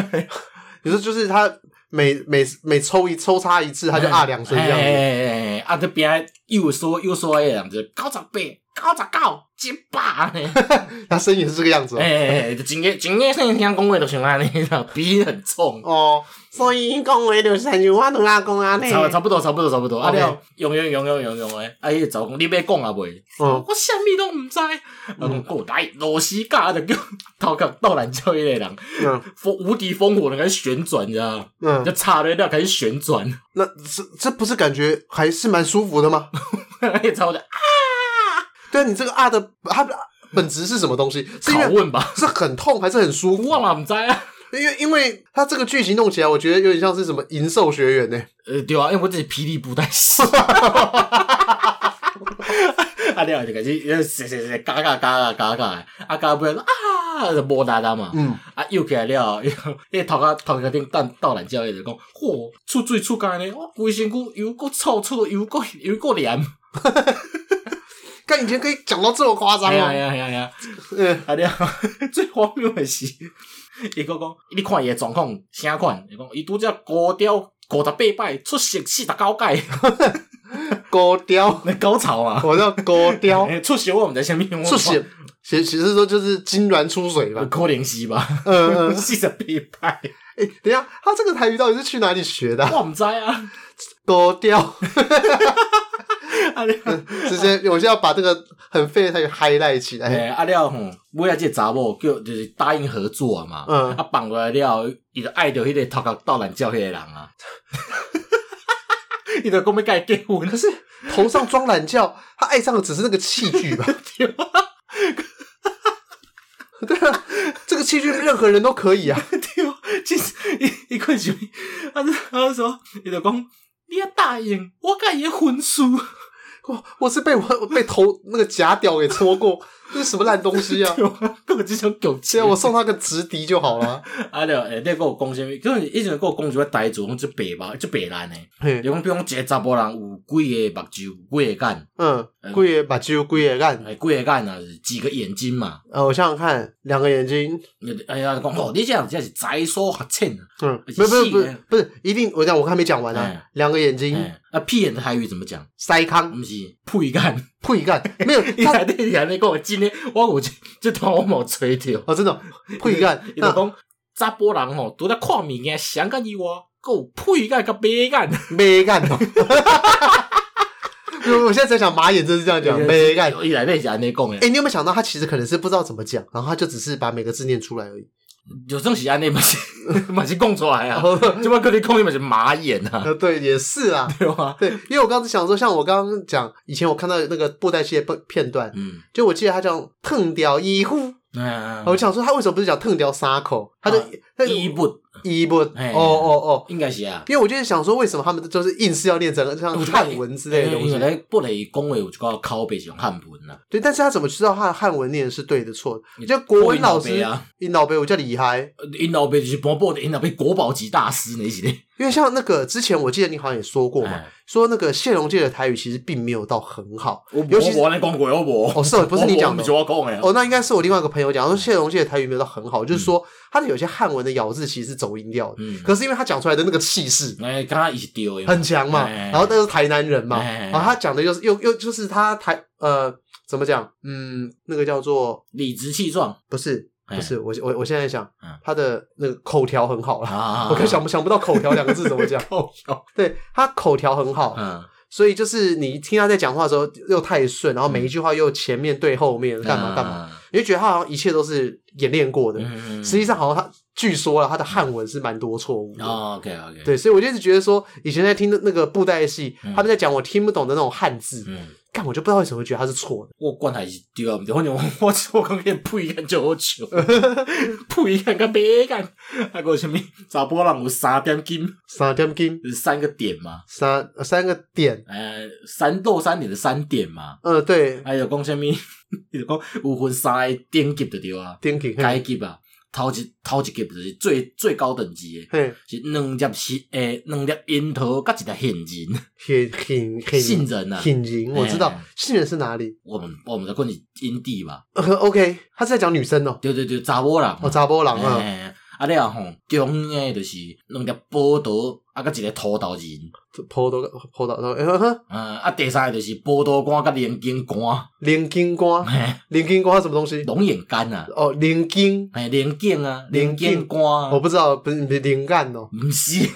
A: 你说就是他每每每抽一抽插一次，他就啊两声这样子。
B: 哎，啊，这边又说又说的样子，九十八、九十九、一 百呢。
A: 他声音也是这个样子、哦。
B: 哎，就真个真个像听讲话就像安尼啦，鼻音很重。
A: 哦，所以讲话就是像我同阿公安尼
B: 差差不多，差不多，差不多。啊
A: OK
B: 了，用用用用用用诶！啊，伊就讲你要讲啊袂？
A: 嗯，
B: 我啥物都毋知。啊，讲过来，螺丝架就叫 头壳倒篮球迄个人，
A: 嗯
B: 风无敌风火轮开始旋转，你知道吗？就
A: 嗯，
B: 插了了开始旋转，
A: 那这这不是感觉还是蛮舒服的吗？
B: 也哎差不多。
A: 对啊，你这个啊的它的本质是什么东西？是因
B: 拷
A: 为
B: 问吧，
A: 是很痛还是很舒服？
B: 我嘛毋知啊。
A: 因为因为它这个剧情弄起来，我觉得有点像是什么银兽学院呢、
B: 呃，对啊，因为我这是霹雳布袋戏。 啊，了就开始，呃，谁谁谁，嘎嘎嘎嘎嘎嘎，啊，嘎不然啊，就无哒哒嘛。
A: 嗯，
B: 啊，又起来了，伊个头壳头壳顶蛋倒懒鸟，伊就讲，嚯，出水出干呢，我规身躯又够臭臭，又够又够黏。
A: 但以前可以讲到这么夸张
B: 哎呀
A: 哦。
B: 哎呀哎呀哎呀！
A: 嗯
B: 啊 了，最荒谬的是，伊个讲，你看伊的状况啥款？伊讲，伊拄则高调五十八摆，出色四十九届，
A: 狗雕，
B: 那高潮啊！
A: 我叫狗 雕，
B: 欸出血我毋知啥物，我
A: 出血，其其实说就是痉挛出水吧。
B: 可能是吧，
A: 嗯 嗯，
B: 四十八摆，
A: 哎、等一下，他这个台语到底是去哪里学的、啊？
B: 我毋知啊。
A: 狗雕。
B: 啊了，
A: 直接，我现在要把这个很废的台语 highlight 起来。
B: 诶，啊了吼，尾仔即个查某叫就是答应合作啊嘛，
A: 嗯
B: 啊放过来了，伊就爱着迄个头壳倒懒叫迄个人 啊，伊就讲要甲伊结婚
A: 可，是头上装懒觉，他爱上的只是那个器具 吧？对啊，这个器具任何人都可以啊。
B: 对，即 伊伊困想，啊啊说，伊就讲你要答应，我甲伊的婚事，
A: 我我是被我被头那个假屌给戳过，这是什么烂东西 啊？
B: 对哦吧根本就想狗
A: 只
B: 钱
A: 要。我送他个直笛就好了。
B: 啊了，下底佫有讲啥物？可能以前佫有讲一寡台词，讲即白吧，即白烂诶。
A: 嘿
B: 就讲比如讲一个查甫人有几个目睭，几个眼，
A: 嗯，龟个目睭，龟个眼，
B: 哎，几个眼啊，是几个眼睛嘛？
A: 呃，我想想看，两个眼睛，
B: 哎呀，讲哦，你这样真是才疏学浅啊！
A: 嗯，
B: 而且
A: 没有没有
B: 细
A: 不
B: 的
A: 是不是，一定，我讲我还没讲完
B: 哎
A: 啊，两个眼睛，
B: 哎，啊，屁眼的台语怎么讲？
A: 腮康，
B: 毋是屁眼，
A: 呸干，没有，
B: 伊
A: 他
B: 内底是安尼讲，真诶，我有这这段我冇吹着。
A: 哦，真的哦配干
B: 伊就
A: 那
B: 讲查甫人吼，除了看物件，相干以外，佫有屁眼甲马眼。
A: 没干哦。 我我现在在想马眼真是这样讲没干。
B: 伊内底是安尼讲诶
A: 哎、，你有没有想到他其实可能是不知道怎么讲，然后他就只是把每个字念出来而已。
B: 有种是安尼嘛是 嘛是讲出来啊。即摆跟你讲，你嘛是马眼啊，
A: 呃，对，也是啊，
B: 对吧？
A: 对，因为我刚才想说，像我刚刚讲，以前我看到那个布袋戏的片片段，
B: 嗯，
A: 就我记得他讲“腾掉一呼”，
B: 嗯
A: 我想说他为什么不是讲“腾掉三口”，他就
B: 啊
A: 他就
B: 衣物，哎
A: 衣物，哦
B: 嘿
A: 哦哦，
B: 应该是啊。
A: 因为我就是想说，为什么他们就是硬是要练成像
B: 有他
A: 汉文之类的东
B: 因为
A: 西？
B: 咱不雷讲话有一个口碑是用汉文啊，
A: 对，但是他怎么知道汉汉文念的是对的错的？
B: 你
A: 就国文
B: 看他
A: 老
B: 老
A: 师
B: 爸啊，
A: 因老辈我叫厉害，
B: 呃因老爸就是搬报的，因老爸国宝级大师那是咧。
A: 因为像那个之前我记得你好像也说过嘛
B: 哎，
A: 说那个谢龙介的台语其实并没有到很好，
B: 我
A: 尤其是
B: 我我来讲过，我无。
A: 哦是哦不是你讲的
B: 我不是我讲的啊。
A: 哦，那应该是我另外一个朋友讲，说谢龙介的台语没有到很好，就是说他的有些汉文的咬字其实是走音调的，
B: 嗯，
A: 可是因为他讲出来的那个气势，
B: 哎，刚刚伊是对的嘛，
A: 很强嘛，
B: 哎
A: 然后他是台南人嘛，
B: 哎
A: 然后他讲的又是又又就是他台呃怎么讲，嗯，那个叫做
B: 理直气壮
A: 不是
B: 哎
A: 不是，我我我现在想
B: 嗯
A: 他的那个口条很好啦，
B: 啊。，
A: 我可想不想不到口条两个字怎么讲
B: 靠腰。
A: 对他口条很好，
B: 嗯，
A: 所以就是你听他在讲话的时候又太顺，然后
B: 嗯
A: 每一句话又前面对后面干嘛干嘛，
B: 嘛？
A: 你就觉得他好像一切都是演练过的，
B: 嗯，
A: 实际上好像他据说了他的汉文是蛮多错误的。
B: OK OK，，
A: 对，所以我就一直觉得说，以前在听的那个布袋戏，
B: 嗯
A: 他们在讲我听不懂的那种汉字，
B: 嗯，
A: 干、我就不知道为什么会觉得它是错的。
B: 我管他是对啊，毋对，反正我我我讲迄配干就好笑，配干甲白干，还有啥物查甫人有三点金，
A: 三点金，
B: 就是三个点嘛，
A: 三呃三个点，
B: 呃，三斗三点的三点嘛，
A: 呃，对，
B: 还有讲 啥物，伊就讲有分三个顶级就对啊，
A: 点给，
B: 阶级啊，头一头一级就是最最高等级的。
A: 嘿，
B: 是两粒是诶，两粒樱桃甲一粒杏仁，
A: 很很很
B: 杏仁啊，
A: 很人，我知道
B: 哎
A: 杏仁是哪里、
B: 我们我们在讲是因地吧，
A: 呃、？OK，他是在讲女生哦、
B: 对对对，查某人嘛，
A: 哦，查波郎啊，
B: 嗯哎啊了吼，中间的就是两粒报道，啊甲一个土豆仁，
A: 坡到坡到，哎呵呵，
B: 嗯啊第三个就是报道干甲龙眼干，
A: 连金瓜，
B: 嘿
A: 连金瓜是什么东西？
B: 龙眼干啊，
A: 哦，连金，
B: 哎龙眼啊，
A: 龙眼
B: 龙眼干啊，
A: 我不知道，不是不是连干哦，
B: 毋是，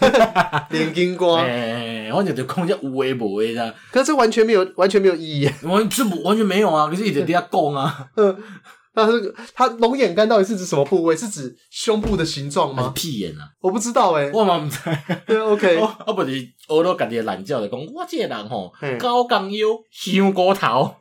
A: 连金瓜，
B: 哎，反正就讲只有诶无诶啦，
A: 可是这完全没有完全没有意义。
B: 完这不完全没有啊，可是一直伫遐讲啊，
A: 嗯， 那这个它龙眼干到底是指什么部位？是指胸部的形状
B: 还是
A: 吗？
B: 屁眼啊，
A: 我不知道哎、
B: 我嘛毋知，
A: 对，OK，
B: 我啊不就是学到家己诶懒觉就讲，我即个人吼
A: 嘿，
B: 高杠腰，香菇头，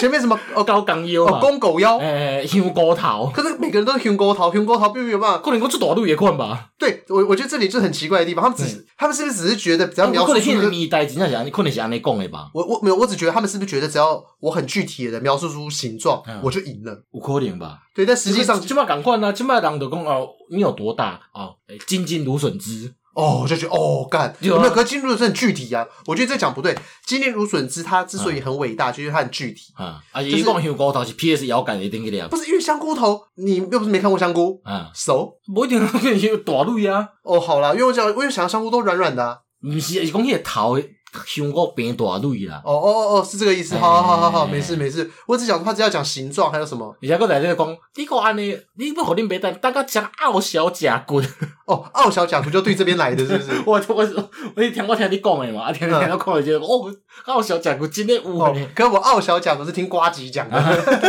A: 前面什么 哦
B: 高杠腰啊
A: 哦
B: 嘛，
A: 公狗腰？
B: 诶香菇头。
A: 可是每个人都是熊狗头，熊狗头并没有办法。
B: 可能我做大陆也看吧，
A: 对我，我觉得这里就是很奇怪的地方。他
B: 哎
A: 们只，他们是不是只是觉得只要描述
B: 可能
A: 出
B: 现
A: 一
B: 在
A: 个，
B: 年代真正是安尼，可能是安尼讲的吧，
A: 我我没有，我只觉得他们是不是觉得只要我很具体的描述出形状，
B: 嗯
A: 我就赢了。
B: 有可能吧。
A: 对，但实际上
B: 即摆共款啊，即摆人就讲哦，你有多大哦，诶金金芦笋枝，
A: 哦，我就觉得哦，干，
B: 有啊
A: 没有？可是金鹿是很具体啊。我觉得这讲不对。今天芦笋枝它之所以很伟大，就是它很具体。
B: 啊，啊是
A: 就是
B: 伊讲香菇头是 PS 遥感的顶个了
A: 不，是因为香菇头，你又不是没看过香菇
B: 啊，
A: 熟
B: 无一定可能是大陆啊，
A: 哦。好啦，因为我讲，我就想香菇都软软的、啊。
B: 毋是，是讲迄个头的香菇变大陆啦。
A: 哦哦哦哦，是这个意思。好好好好好，
B: 哎
A: 没事没事。我只想他只要讲形状，还有什么？
B: 而且搁来这讲，你讲安尼，你要互恁爸等，等甲食傲小食骨。？
A: 哦，奥小甲不就对这边来的，是不是
B: 我我我听我听你讲的嘛，啊听听我看就哦，傲小食骨真的有
A: 哦
B: 呢。，
A: 可我奥小甲不是听瓜吉讲的，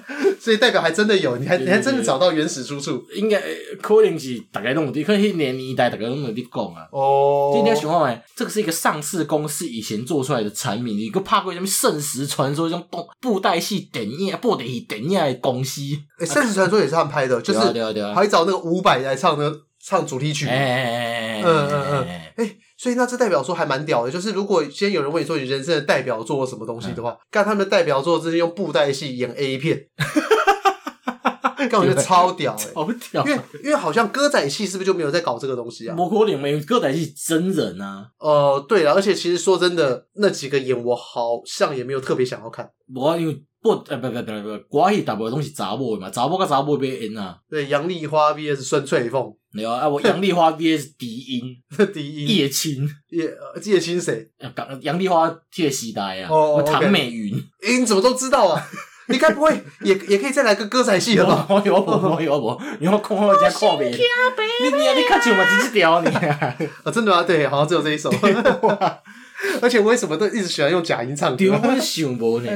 A: 所以代表还真的有，你还你还真的找到原始出处
B: 应该呃可能是大家拢有伫，可能迄年年代大家拢有伫讲啊。
A: 哦
B: 所以你要想看觅，这个是一个上市公司以前做出来的产品，你个拍过什么《圣石传说》这种动布袋戏电影、布袋戏电影的公司，
A: 诶圣石传说也是他们拍的，就是
B: 对啊对啊对啊
A: 还找那个伍佰来唱那唱主题曲。
B: 哎，
A: 嗯嗯哎、所以那这代表作还蛮屌的，就是如果今天有人问你说你人生的代表作是什么东西的话，干、他们的代表作就是用布袋戏演 A 片，干我觉得超屌哎、
B: 好屌
A: 因！为因为好像歌仔戏是不是就没有在搞这个东西啊？
B: 无可能没个台是真人啊，
A: 呃，对了，而且其实说真的，那几个演我好像也没有特别想要看。
B: 无因为不呃不不不不，歌戏大部分拢是查某的嘛，查某甲查某要演啊。
A: 对，杨丽花 VS 孙翠凤，
B: 对啊，啊我杨丽花 VS 低音
A: 这第一
B: 叶青，
A: 叶呃叶青谁？
B: 呃港杨丽花这个时代啊，
A: 哦哦，OK
B: 唐美云。
A: 诶，你怎么都知道啊？你该不会也也可以再来个歌仔戏了吧？
B: 我 有我有我无，你我看我只看袂。你你你较像嘛，只一 条呢。
A: 啊，真的吗？对，好像只有这 一首。
B: 啊
A: 而且为什么都一直喜欢用假音唱歌
B: 对，？我想无呢。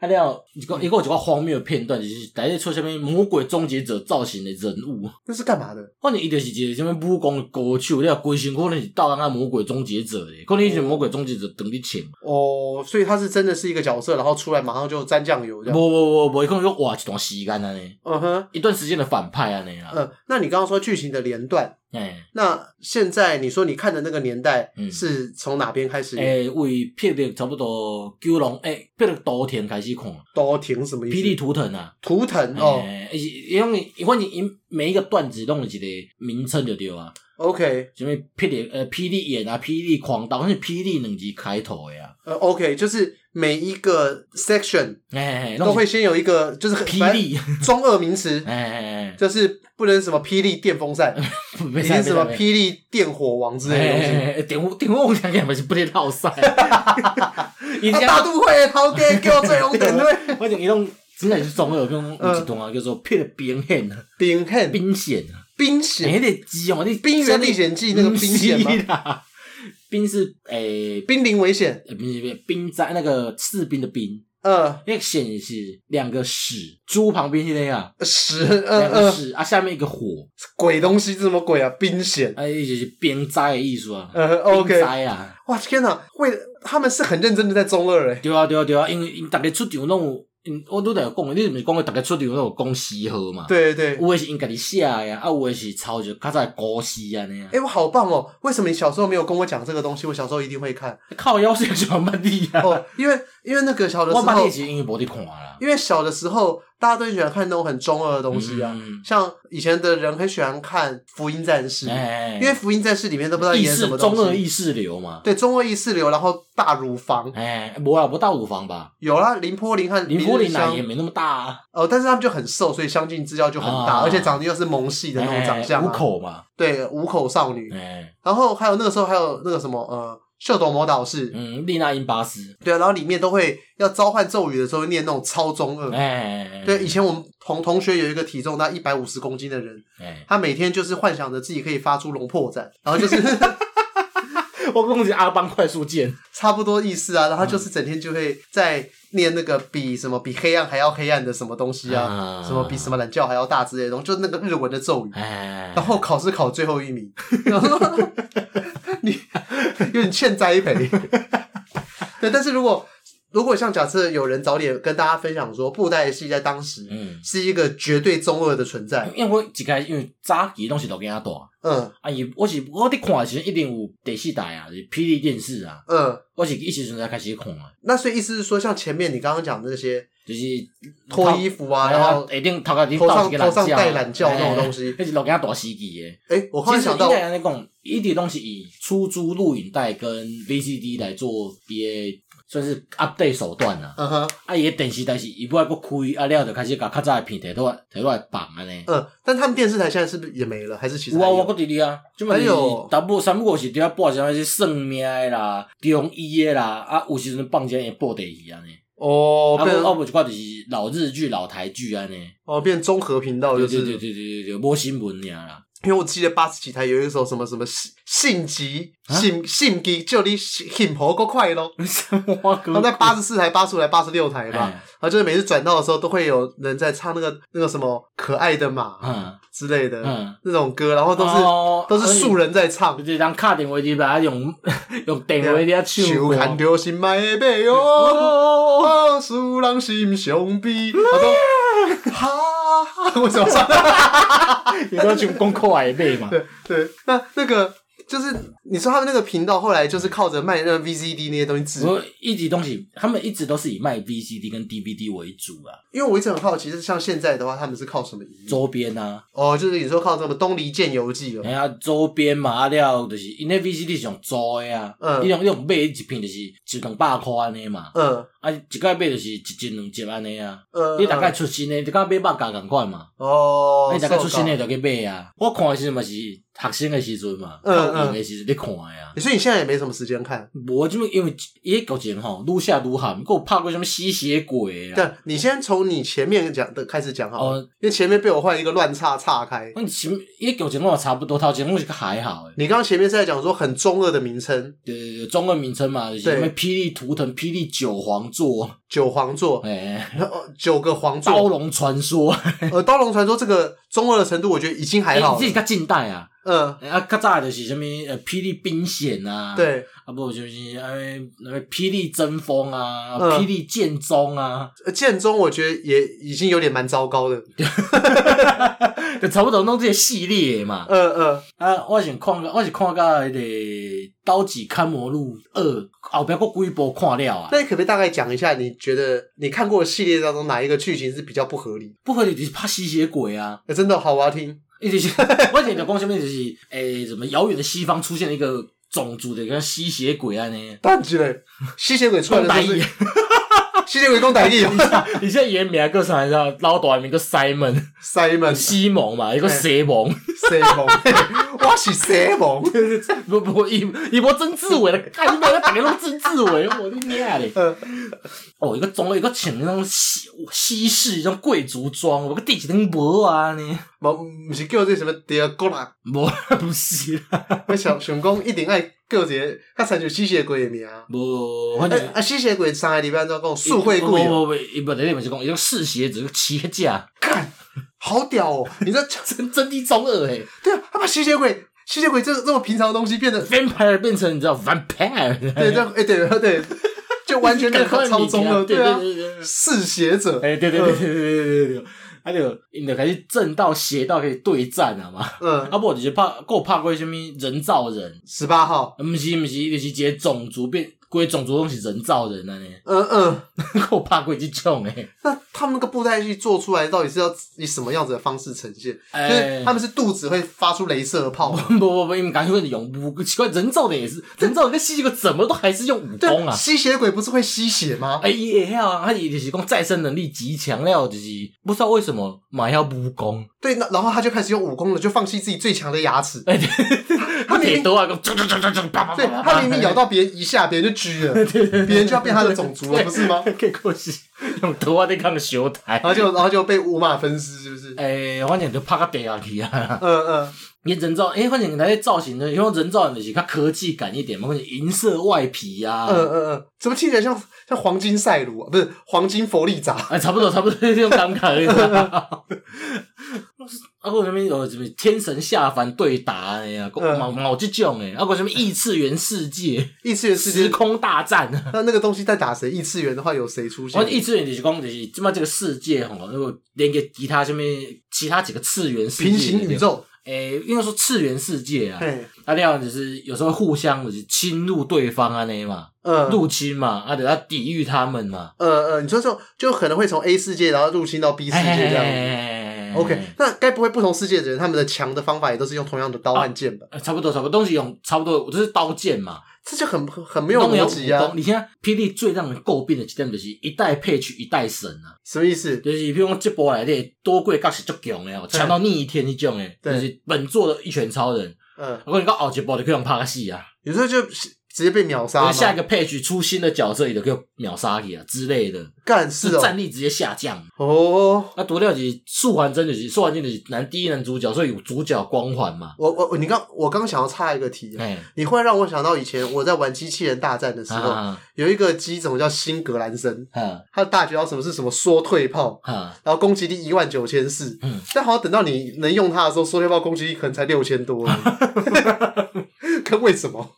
B: 啊了，一个一个有一个荒谬的片段，就是大家出啥物魔鬼终结者造型的人物，
A: 那是干嘛的？
B: 反正伊就是一个啥物武功的高手，了规身可能是斗人啊魔鬼终结者的，可能伊是魔鬼终结者长伫穿。
A: 哦，所以他是真的是一个角色，然后出来马上就沾酱油这
B: 无
A: 样。
B: 无无无，伊可能要活一段时间安尼，
A: 嗯哼，
B: 一段时间的反派安尼啦。
A: 呃，那你刚刚说剧情的连段，
B: 哎
A: 那现在你说你看的那个年代
B: 嗯哎
A: 是从哪边开始？
B: 诶，为霹雳差不多九龙诶，霹雳多田开始看，
A: 多停什么意思？
B: 霹雳图腾啊。
A: 图腾哦
B: 诶，伊伊用伊反正伊每一个段子拢有一个名称就对啊，
A: ，OK，
B: 什物霹雳呃霹雳眼啊，霹雳狂刀，是霹雳两字开头的啊。
A: 呃，OK，就是每一个 section
B: 哎，
A: 都会先有一个就是
B: 霹雳，
A: 中二名词，
B: 哎，
A: 就是不能什么霹雳电风 扇，
B: 没
A: 一定是什么霹雳电火王之类的东西。
B: 哎，点火点火，我想起来是不得套赛，伊
A: 啊，大都会的头家叫最龙点 队，
B: 我讲伊种真的是中二，讲有一段啊叫做霹雳冰线啊，
A: 冰汉
B: 冰线啊，
A: 冰
B: 哎，
A: 险
B: 那个鸡哦，你
A: 冰原历险记那个冰险吗？
B: 吗？嗯 冰是诶，
A: 濒临危险，
B: 呃不是不是冰灾那个士兵的兵，
A: 呃，
B: 那个线是两个屎，猪旁边是那样，
A: 十
B: 两
A: 呃
B: 个
A: 呃，
B: 屎啊，下面一个火，
A: 鬼东西是什么鬼啊？冰险，
B: 啊，伊就是冰灾的艺术啊，
A: 呃
B: 冰
A: ，OK，
B: 灾啊。
A: 哇，天哪，为他们是很认真的在中二欸诶，
B: 对啊，对啊，对啊，因为因逐个出场拢有，因我拄着有讲，你毋是讲逐个出场拢有讲诗号嘛？，
A: 对对对，
B: 有诶是因家己写诶啊，啊有诶是抄着较早诶古诗安尼啊。
A: 哎，我好棒哦！为什么你小时候没有跟我讲这个东西？我小时候一定会看
B: 靠腰是喜欢捌你啊，
A: 哦，因为因为那个小的时
B: 我捌
A: 候
B: 你，是因为无伫看啊啦。
A: 因为小的时候大家都很喜欢看那种很中二的东西啊，
B: 嗯
A: 像以前的人很喜欢看《福音战 士》，
B: 哎，
A: 因为《福音战士》里面都不知道
B: 意
A: 演
B: 识
A: 什么东
B: 中
A: 西，
B: 二意识流嘛。
A: 对中二意识流，然后大乳房
B: 哎，无啊，无到五房吧？
A: 有啦，林波林和
B: 林柏林
A: 香
B: 奶也没那么大啊，
A: 哦，但是他们就很瘦，所以相近之交就很大，
B: 啊
A: 而且长得又是萌系的那种长相、
B: 哎
A: 啊，
B: 五口嘛。
A: 对五口少女，
B: 哎，
A: 然后还有那个时候还有那个什么呃秀斗魔导士，
B: 嗯，丽娜英巴斯。
A: 对啊，然后里面都会要召唤咒语的时候念那种超中二。
B: 哎，
A: 对，以前我们同同学有一个体重大一百五十公斤的人，
B: 哎，
A: 他每天就是幻想着自己可以发出龙破斩，然后就是
B: 我讲是阿邦快速键。
A: 差不多意思啊，然
B: 嗯
A: 后就是整天就会在念那个比什么比黑暗还要黑暗的什么东西啊，
B: 啊
A: 什么比什么懒觉还要大之类的东西，就是那个日文的咒语。
B: 哎，
A: 然后考试考最后一 名，然后你有点欠栽培。 对，但是如果如果像假设有人早点跟大家分享说，布袋戏在当时
B: 嗯。
A: 是一个绝对中二的存在，
B: 因为我一开始因为早期拢是录影带，
A: 嗯
B: 啊伊我是我伫看的时阵一定有第四台啊，就是霹雳电视啊，
A: 嗯。
B: 我是一时阵才开始看啊，
A: 那所以意思是说，像前面你刚刚讲的那些
B: 就是
A: 脱衣服啊，
B: 头
A: 然后
B: 一定头壳顶
A: 头上
B: 一个懒
A: 头上戴懒觉
B: 觉
A: 那种东西
B: 哎那是录影带时期的。
A: 哎，我忽
B: 其
A: 然
B: 实
A: 想到
B: 应，该安尼讲，伊伫拢是以出租录影带跟 VCD 来做伊的算是 update 手段啊。
A: 嗯哼，
B: 啊，伊的电视台是伊要佫开啊了，就开始甲较早的片摕落来摕落来放安尼。
A: 嗯，但他们电视台现在是不是也没了？还是其实
B: 有啊，
A: 还有
B: 我搁伫咧啊，即摆
A: 还
B: 是
A: 有
B: 淡薄三不五是伫遐播啥物是算命的啦、中医的啦，啊有时阵放一下会播第二安尼，
A: 哦
B: 啊
A: 变
B: 我啊无一寡就是老日剧、老台剧安尼，
A: 哦变综合频道，
B: 对
A: 就
B: 对对
A: 是
B: 对对对对，无新闻尔啦，
A: 因为我记得八十几台有一首什么什么性性急
B: 啊
A: 性性急，就你幸福够快咯。
B: 什么歌
A: 然后在八十四台、八十五台、八十六台吧，
B: 哎
A: 然后就是每次转到的时候，都会有人在唱那个那个什么可爱的马
B: 嗯
A: 之类的、
B: 嗯，
A: 那种歌，然后都是、
B: 哦
A: 都是素，人在唱
B: 而。且就是人敲电话机吧，用 用电话
A: 啊
B: 咧唱
A: 手
B: 歌，
A: 牵着心爱的妹哦，使人心伤悲。我说，哈哈，为什么唱？
B: 你都唱讲可爱的嘛，
A: 对对，那那个就是你说他们那个频道后来就是靠着卖那个 VCD 那些东西致富，
B: 我一直东西，他们一直都是以卖 VCD 跟 DVD 为主啊，
A: 因为我一直很好奇，就是像现在的话，他们是靠什么盈利？
B: 周边啊。
A: 哦，就是你说靠什么《东篱剑游记》哦
B: 哎，呀，周边嘛，啊了，就是因那 VCD 是用租的啊，
A: 嗯
B: 你用你用买一片就是一两百块安尼嘛，
A: 嗯
B: 啊一届买就是一斤两集安尼啊，
A: 呃，
B: 你大概出新的，就甲买肉价共款嘛，
A: 哦，
B: 你大概出新的
A: 受
B: 就去买啊。我看的时阵嘛是学生的时阵嘛，
A: 嗯嗯
B: 高中的时阵你看的啊
A: 搞，。所以你现在也没什么时间看，
B: 无即么因为伊迄剧情吼，愈写愈含，佮有拍过什物吸血鬼啊，
A: 但你先从你前面讲的开始讲好了
B: 哦，
A: 因为前面被我换一个乱岔岔开。
B: 阮前伊剧情我也差不多，头前我是较还好诶。
A: 你刚刚前面是在讲说很中二的名称，
B: 对对对，中文名称嘛，就是
A: 对
B: 什么霹雳图腾、霹雳九皇座。
A: 九皇座，
B: 哎，
A: 呃九个皇
B: 刀
A: 座，
B: 龙传说，
A: 呃，刀龙传说这个中二的程度，我觉得已经还
B: 哎，
A: 好
B: 这是较近代啊，
A: 嗯，
B: 哎啊，较早的就是什么呃，霹雳冰险啊，，
A: 对，
B: 啊不就是哎，那个霹雳争锋啊，
A: 嗯
B: 霹雳剑宗啊，
A: 呃剑宗我觉得也已经有点蛮糟糕的。
B: 就差不多弄这些系列嘛。
A: 呃呃，
B: 啊，我是看到，我是看到迄个《刀戟砍魔录二》，后壁佫几部看了啊
A: 那。你可不可以大概讲一下，你觉得你看过的系列当中哪一个剧情是比较不合理？
B: 不合理就是拍吸血鬼啊，
A: 呃真的好，我要听。
B: 伊就是 我前就讲什么就是诶、什么遥远的西方出现了一个种族的跟吸血鬼啊安尼。
A: 但之类，吸血鬼出来的
B: 台
A: 都
B: 语
A: 是， 吸血鬼讲台 语哦，
B: 你现在原名叫啥？你知道老大的名叫 Simon
A: 西门
B: 西蒙嘛，一个西蒙，
A: 西蒙，我是西蒙。
B: 不不，伊伊无曾志伟的，看你妈在打个拢曾志伟，我的娘嘞！
A: 呃，
B: 哦，一个中一个穿那种西西式那种贵族装，我个地几顶无啊呢？
A: 无，毋是叫这什么第二国啦，
B: 无啦，不是啦，
A: 我想想讲一定爱叫一个较亲像吸血鬼的名。
B: 无，反正
A: 啊啊，吸血鬼上个礼拜怎讲素会鬼嗯哦，
B: 无无无，伊本来你们是讲伊种嗜血，只是骑个架，
A: 好屌哦！你这
B: 真真的中二诶
A: 对啊，他把吸血鬼吸血鬼这这么平常的东西 变得
B: ，vampire 变成你知道 vampire，
A: 对，这哎对对，就完全 那个超中了，
B: 对
A: 对啊，
B: 对对对。
A: 嗜血者，
B: 哎，对对对对对对对对，啊就，因就开始正道邪道可以对战啊嘛，
A: 嗯，
B: 啊无就是拍，还有拍过什物人造人，
A: 十八号，
B: 毋是毋是，就是一个种族变，规个种族拢是人造人安尼，
A: 嗯嗯，
B: 还有拍过即种诶，
A: 那他们那个布袋戏做出来到底是要以什么样子的方式呈现？就是
B: 哎
A: 他们是肚子会发出镭射炮吗？
B: 不不不，你们赶紧问用武，奇怪，人造人也是，人造人跟吸血鬼怎么都还是用武功
A: 对，
B: 啊。
A: 吸血鬼不是会吸血吗？
B: 哎，伊会晓啊，啊伊就是讲再生能力极强了，就是不知道为什么嘛要武功，
A: 对，那然后他就开始用武功了，就放弃自己最强的牙齿。
B: 哎，对
A: 他明明
B: 铁刀啊，讲冲冲冲冲冲，啪啪
A: 对
B: 啪啪，
A: 他
B: 啪，
A: 明明咬到别人一下，别人就狙了，别人就要变他的种族了，
B: 对
A: 不是吗？
B: 结果是用刀啊在抗小台
A: 然，后就然后就被五马分尸，是不是？
B: 哎，反正就拍到地下去啊。
A: 嗯嗯，
B: 伊人造，哎，反正那些造型呢，因为人造人就是较科技感一点嘛，或者银色外皮啊，
A: 嗯嗯嗯，怎么听起来像像黄金赛鲁啊？不是黄金佛利扎？
B: 啊，差不多，差不多 这种感觉而已啦。啊，还有什么有什么天神下凡对打的呀、
A: 嗯
B: 啊，毛有这种诶，啊，还有什么异次元世界、
A: 异次元世
B: 时
A: 界？
B: 空大战啊。
A: 那那个东西在打谁？异次元的话有谁出
B: 我
A: 现？
B: 异次元就是讲，就是即嘛这个世界吼，那个连接其他什么其他几个次元世界，
A: 平行宇，宙？
B: 诶、应该说次元世界啊，
A: 嘿，
B: 啊，这样就是有时候互相就是侵入对方啊，那嘛，
A: 嗯，
B: 入侵嘛，啊，就要抵御他们嘛，
A: 呃呃，你说这种就可能会从 A 世界然后入侵到 B 世界这样子。
B: 哎
A: OK，那该不会不同世界的人他们的强的方法也都是用同样的刀和剑吧？
B: 呃差不多，差不多东西用差不多，就是刀剑嘛，
A: 这就很很很没有
B: 拢
A: 逻
B: 有
A: 辑啊
B: 武功！你现在霹雳最让人诟病的一点就是一代配取一代神啊，
A: 什么意思？
B: 就是比如讲这波来的多贵角是足强的哦，强到逆天那种的，
A: 对
B: 就是本作的一拳超人。
A: 嗯，
B: 我跟你讲，后一波就可以用拍个戏啊，
A: 有时候就直接被秒杀
B: 或
A: 嘛
B: 者，下一个配取出新的角色，伊就可以秒杀去啊之类的，
A: 干
B: 是
A: 是哦
B: 战力直接下降。
A: 哦。
B: 那独了就是素还真就是素还真就是男第一男主角，所以有主角光环嘛。
A: 我我我你刚我刚想要插一个题，
B: 哎，
A: 你忽然让我想到以前我在玩机器人大战的时候，
B: 啊
A: 有一个机种叫新格兰森，
B: 啊
A: 他的大绝招什么是什么缩退炮，
B: 啊！
A: 然后攻击力一万九千四，
B: 嗯
A: 但好像等到你能用它的时候，缩退炮攻击力可能才六千多而 已， 看为什么？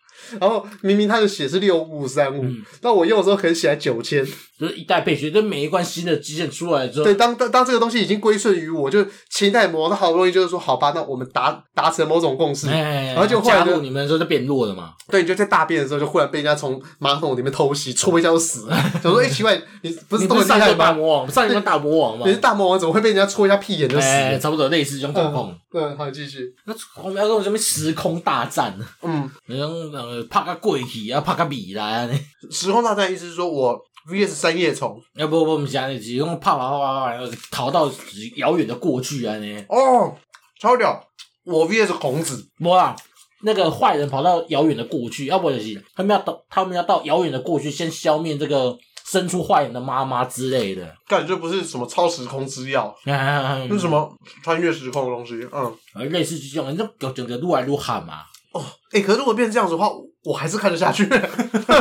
A: 然后明明他的血是六五三五
B: 嗯，
A: 那我用的时候可能写来九千。
B: 就是一代配取，但每一关新的基线出来之后，
A: 对，当当当这个东西已经归顺于我，就期待魔，那好不容易就是说，好吧，那我们达达成某种共识，
B: 哎，
A: 然后就后来
B: 加
A: 就
B: 入你们的时候就变弱了嘛。
A: 对，你就在大便的时候，就忽然被人家从马桶里面偷袭，戳一下就死 了。想说，哎、奇怪，你不是
B: 你
A: 都
B: 不
A: 很
B: 是
A: 厉
B: 上
A: 害
B: 过大
A: 吗？
B: 魔王，上一关大魔王嘛
A: 你，是哎大魔王，怎么会被人家戳一下屁眼就死
B: 哎，
A: 了？
B: 差不多类似这种状况。
A: 嗯，好，你继续。
B: 那我们要用什么时空大战？啊
A: 嗯，
B: 那种呃，拍个过去啊，拍个未来啊，
A: 时空大战意思是说我 VS 三叶虫
B: 要不我们讲的是用啊啪啪啪啪啪，然后逃到遥远的过去啊呢？
A: 哦，超屌！我 VS 孔子，
B: 不啦，那个坏人跑到遥远的过去，要不就是他们要到他们要到遥远的过去，先消灭这个生出坏人的妈妈之类的。
A: 干这不是什么超时空之钥，
B: 啊
A: 这是什？么穿越时空的东西？嗯，
B: 类似这种，你这整个撸来撸喊嘛。
A: 哦，哎、可是如果变成这样子的话，我我还是看得下去。
B: 要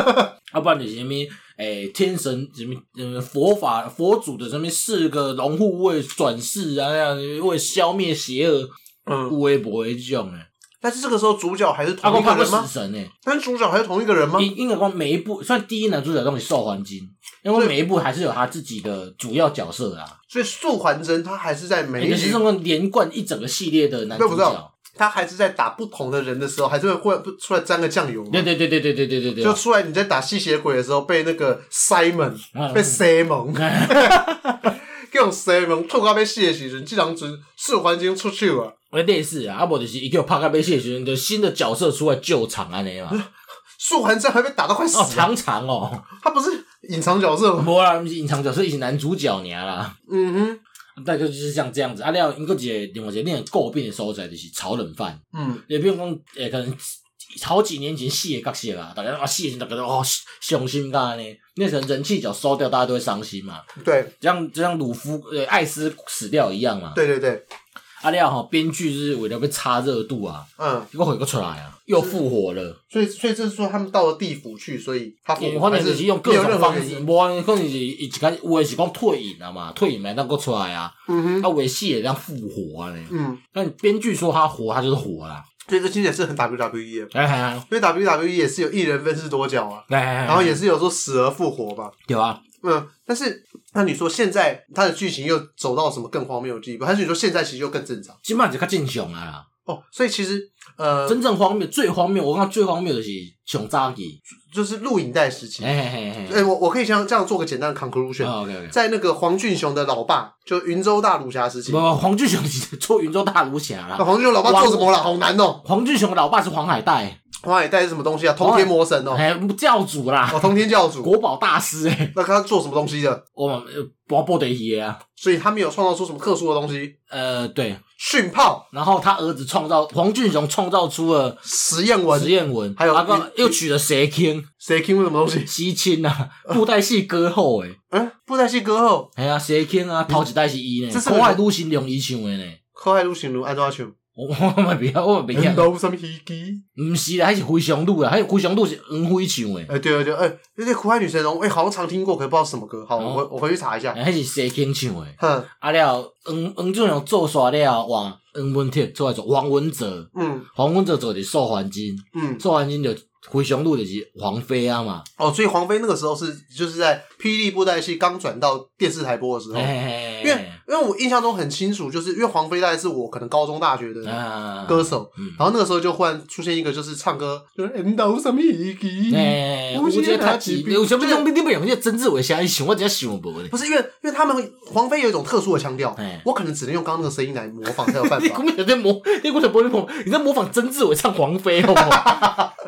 B: 啊不然就是什么诶、天神什么呃佛法佛祖的什么四个龙护卫转世啊，那样为消灭邪恶，
A: 嗯，
B: 有诶无诶这种诶，
A: 但是这个时候主角还是
B: 啊，
A: 同
B: 我
A: 一个
B: 看过
A: 人
B: 死
A: 吗？
B: 神诶，
A: 但主角还是同一个人吗？
B: 应应该讲每一部算第一男主角都是受环金，因为每一部还是有他自己的主要角色啦，
A: 所以素还真他还是在
B: 也
A: 每
B: 就
A: 一
B: 是
A: 集
B: 这，种连贯一整个系列的男主
A: 对不对
B: 角。
A: 他还是在打不同的人的时候，还是会会出来沾个酱油吗？
B: 对对对对对对对对对，
A: 就出来你在打吸血鬼的时候，被那个 Simon
B: 嗯
A: 被 Simon 各种 Simon 吐到被吸的时阵，这人阵四环境出去了，
B: 呃类似啊，啊无就是伊叫拍卡贝谢的时阵，就新的角色出来救场啊安尼嘛。
A: 素环真还被打到快死
B: 哦，
A: 了。
B: 常常哦，
A: 他不是隐藏角色吗？
B: 无啦，毋是隐藏角色，伊是男主角尔啦。
A: 嗯
B: 大概就是像这样子。啊，了，因个一个另外一个令人诟病的所在就是炒冷饭，
A: 哼，嗯，
B: 也比如讲，诶、可能好几年前戏的角色啦，大家啊戏的时候大家都哦伤心噶安尼，那可能人气角收掉，大家都会伤心嘛。
A: 对
B: 就像就像鲁夫呃艾斯死掉一样嘛。
A: 对对对，
B: 啊了吼，编剧就是为了被擦热度啊，
A: 嗯，
B: 结果回过出来啊，又复活了。
A: 所以所以这是说他们到了地府去，所以他复
B: 因为
A: 活
B: 反
A: 还
B: 正
A: 是
B: 就是用各
A: 没有
B: 种
A: 任何
B: 方
A: 原
B: 式，
A: 因。
B: 无可能是伊一开始有的是讲退隐啊嘛，退隐来当个出来啊，
A: 嗯哼，
B: 啊有的死也让复活啊呢。
A: 嗯，
B: 但编剧说他活，他就是活啦。
A: 所以这听起来是很 WWE 的，
B: 哎哎
A: 因为 WWE 也是有一人分饰多角啊，
B: 哎哎，
A: 然后也是有说死而复活吧。
B: 对啊，
A: 嗯，但是那你说现在它的剧情又走到什么更荒谬的地步？还是你说现在其实就更正常
B: 即摆就较正常啊啦。
A: 哦？所以其实呃，
B: 真正荒谬，最荒谬，我讲最荒谬的是熊扎吉。
A: 就是录影带时期。哎、
B: 哎嘿嘿嘿，
A: 我我可以这样这样做个简单的 conclusion，、
B: 哦 OK OK。
A: 在那个黄俊雄的老爸，就云州大儒侠时期，
B: 不，
A: 啊、
B: 不黄俊雄是做云州大儒侠啦。
A: 黄俊雄老爸做什么了？好难哦、
B: 黄俊雄的老爸是黄海岱，
A: 黄海带是什么东西啊？通天魔神哦、
B: 哎，教主啦，
A: 哦，通天教主。
B: 国宝大师哎，
A: 那他做什么东西的？
B: 我呃我不得伊啊。
A: 所以他没有创造出什么特殊的东西。
B: 呃，对，
A: 训炮、
B: 然后他儿子创造黄俊雄创造出了
A: 实验文
B: 实、验文，
A: 还有
B: 啊个又娶了蛇亲
A: 谁听过什么东西？
B: 西亲啊，
A: 呃
B: 布袋戏歌后诶，
A: 嗯，布袋戏歌后，
B: 哎呀蛇亲啊，头一代是伊呢，
A: 这是
B: 国外女神龙伊唱的呢，
A: 可爱路行路安怎唱？
B: 我我嘛袂晓，我嘛袂
A: 人
B: 晓，
A: 都什么稀奇？
B: 毋是啦，迄是灰熊女啦，迄灰熊女是黄辉唱的，
A: 哎、对对对，哎、那些苦海女神龙，哎、好像常听过，可是不知道是什么歌。好，我
B: 哦
A: 回我回去查一下。
B: 哎迄是蛇亲唱的，
A: 哼，
B: 啊了黄黄俊雄做煞了，哇，黄文铁出来做王文泽，
A: 嗯
B: 黄文泽做的受环金，
A: 嗯，
B: 受环金就灰熊女就是王菲啊嘛，
A: 哦，所以黄飞那个时候是就是在霹雳布袋戏刚转到电视台播的时候，
B: 嘿嘿
A: 哦
B: 嘿，
A: 因为因为我印象中很清楚，就是因为黄飞大概是我可能高中大学的
B: 啊
A: 歌手，
B: 嗯
A: 然后那个时候就忽然出现一个就是唱歌，就是人都什么稀奇。
B: 哎，
A: 有
B: 有
A: 些
B: 些
A: 他
B: 他
A: 几
B: 几，有啥物种你你不用个曾志伟写一想，我只想无咧。
A: 不是因为，因为他们黄飞有一种特殊的腔调
B: 哎，
A: 我可能只能用刚刚那个声音来模仿才有办
B: 你
A: 法
B: 根。本就在模，你根本就模仿，你在模仿曾志伟唱黄飞，好不好？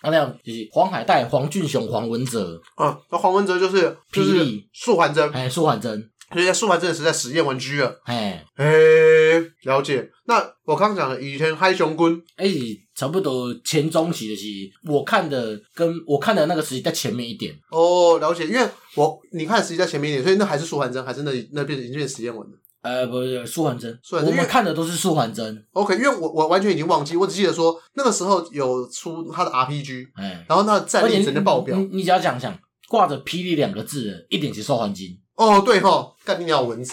B: 啊，那样就是黄海岱、黄俊雄、黄文哲，
A: 嗯，那黄文哲就是就
B: 霹
A: 是
B: 雳
A: 素还真，
B: 哎，苏婉珍，
A: 就是在素还真的时代实验文居了。
B: 哎，
A: 诶、了解。那我刚讲的以前嗨熊棍，
B: 哎，是差不多前中期的是，我看的跟我看的那个时期在前面一点，
A: 哦，了解。因为我你看实际在前面一点，所以那还是舒缓针，还是那那变已经变实验文了。
B: 呃，不是苏婉珍，
A: 苏婉
B: 我
A: 珍
B: 们看的都是苏婉珍，
A: OK，因为我我完全已经忘记，我只记得说那个时候有出他的 RPG，
B: 哎，
A: 然后那战
B: 而且
A: 力整个爆表
B: 你。你你只要想想，挂着“霹雳”两个字的，一定是受环金。
A: 哦，对吼，干你鸟蚊子。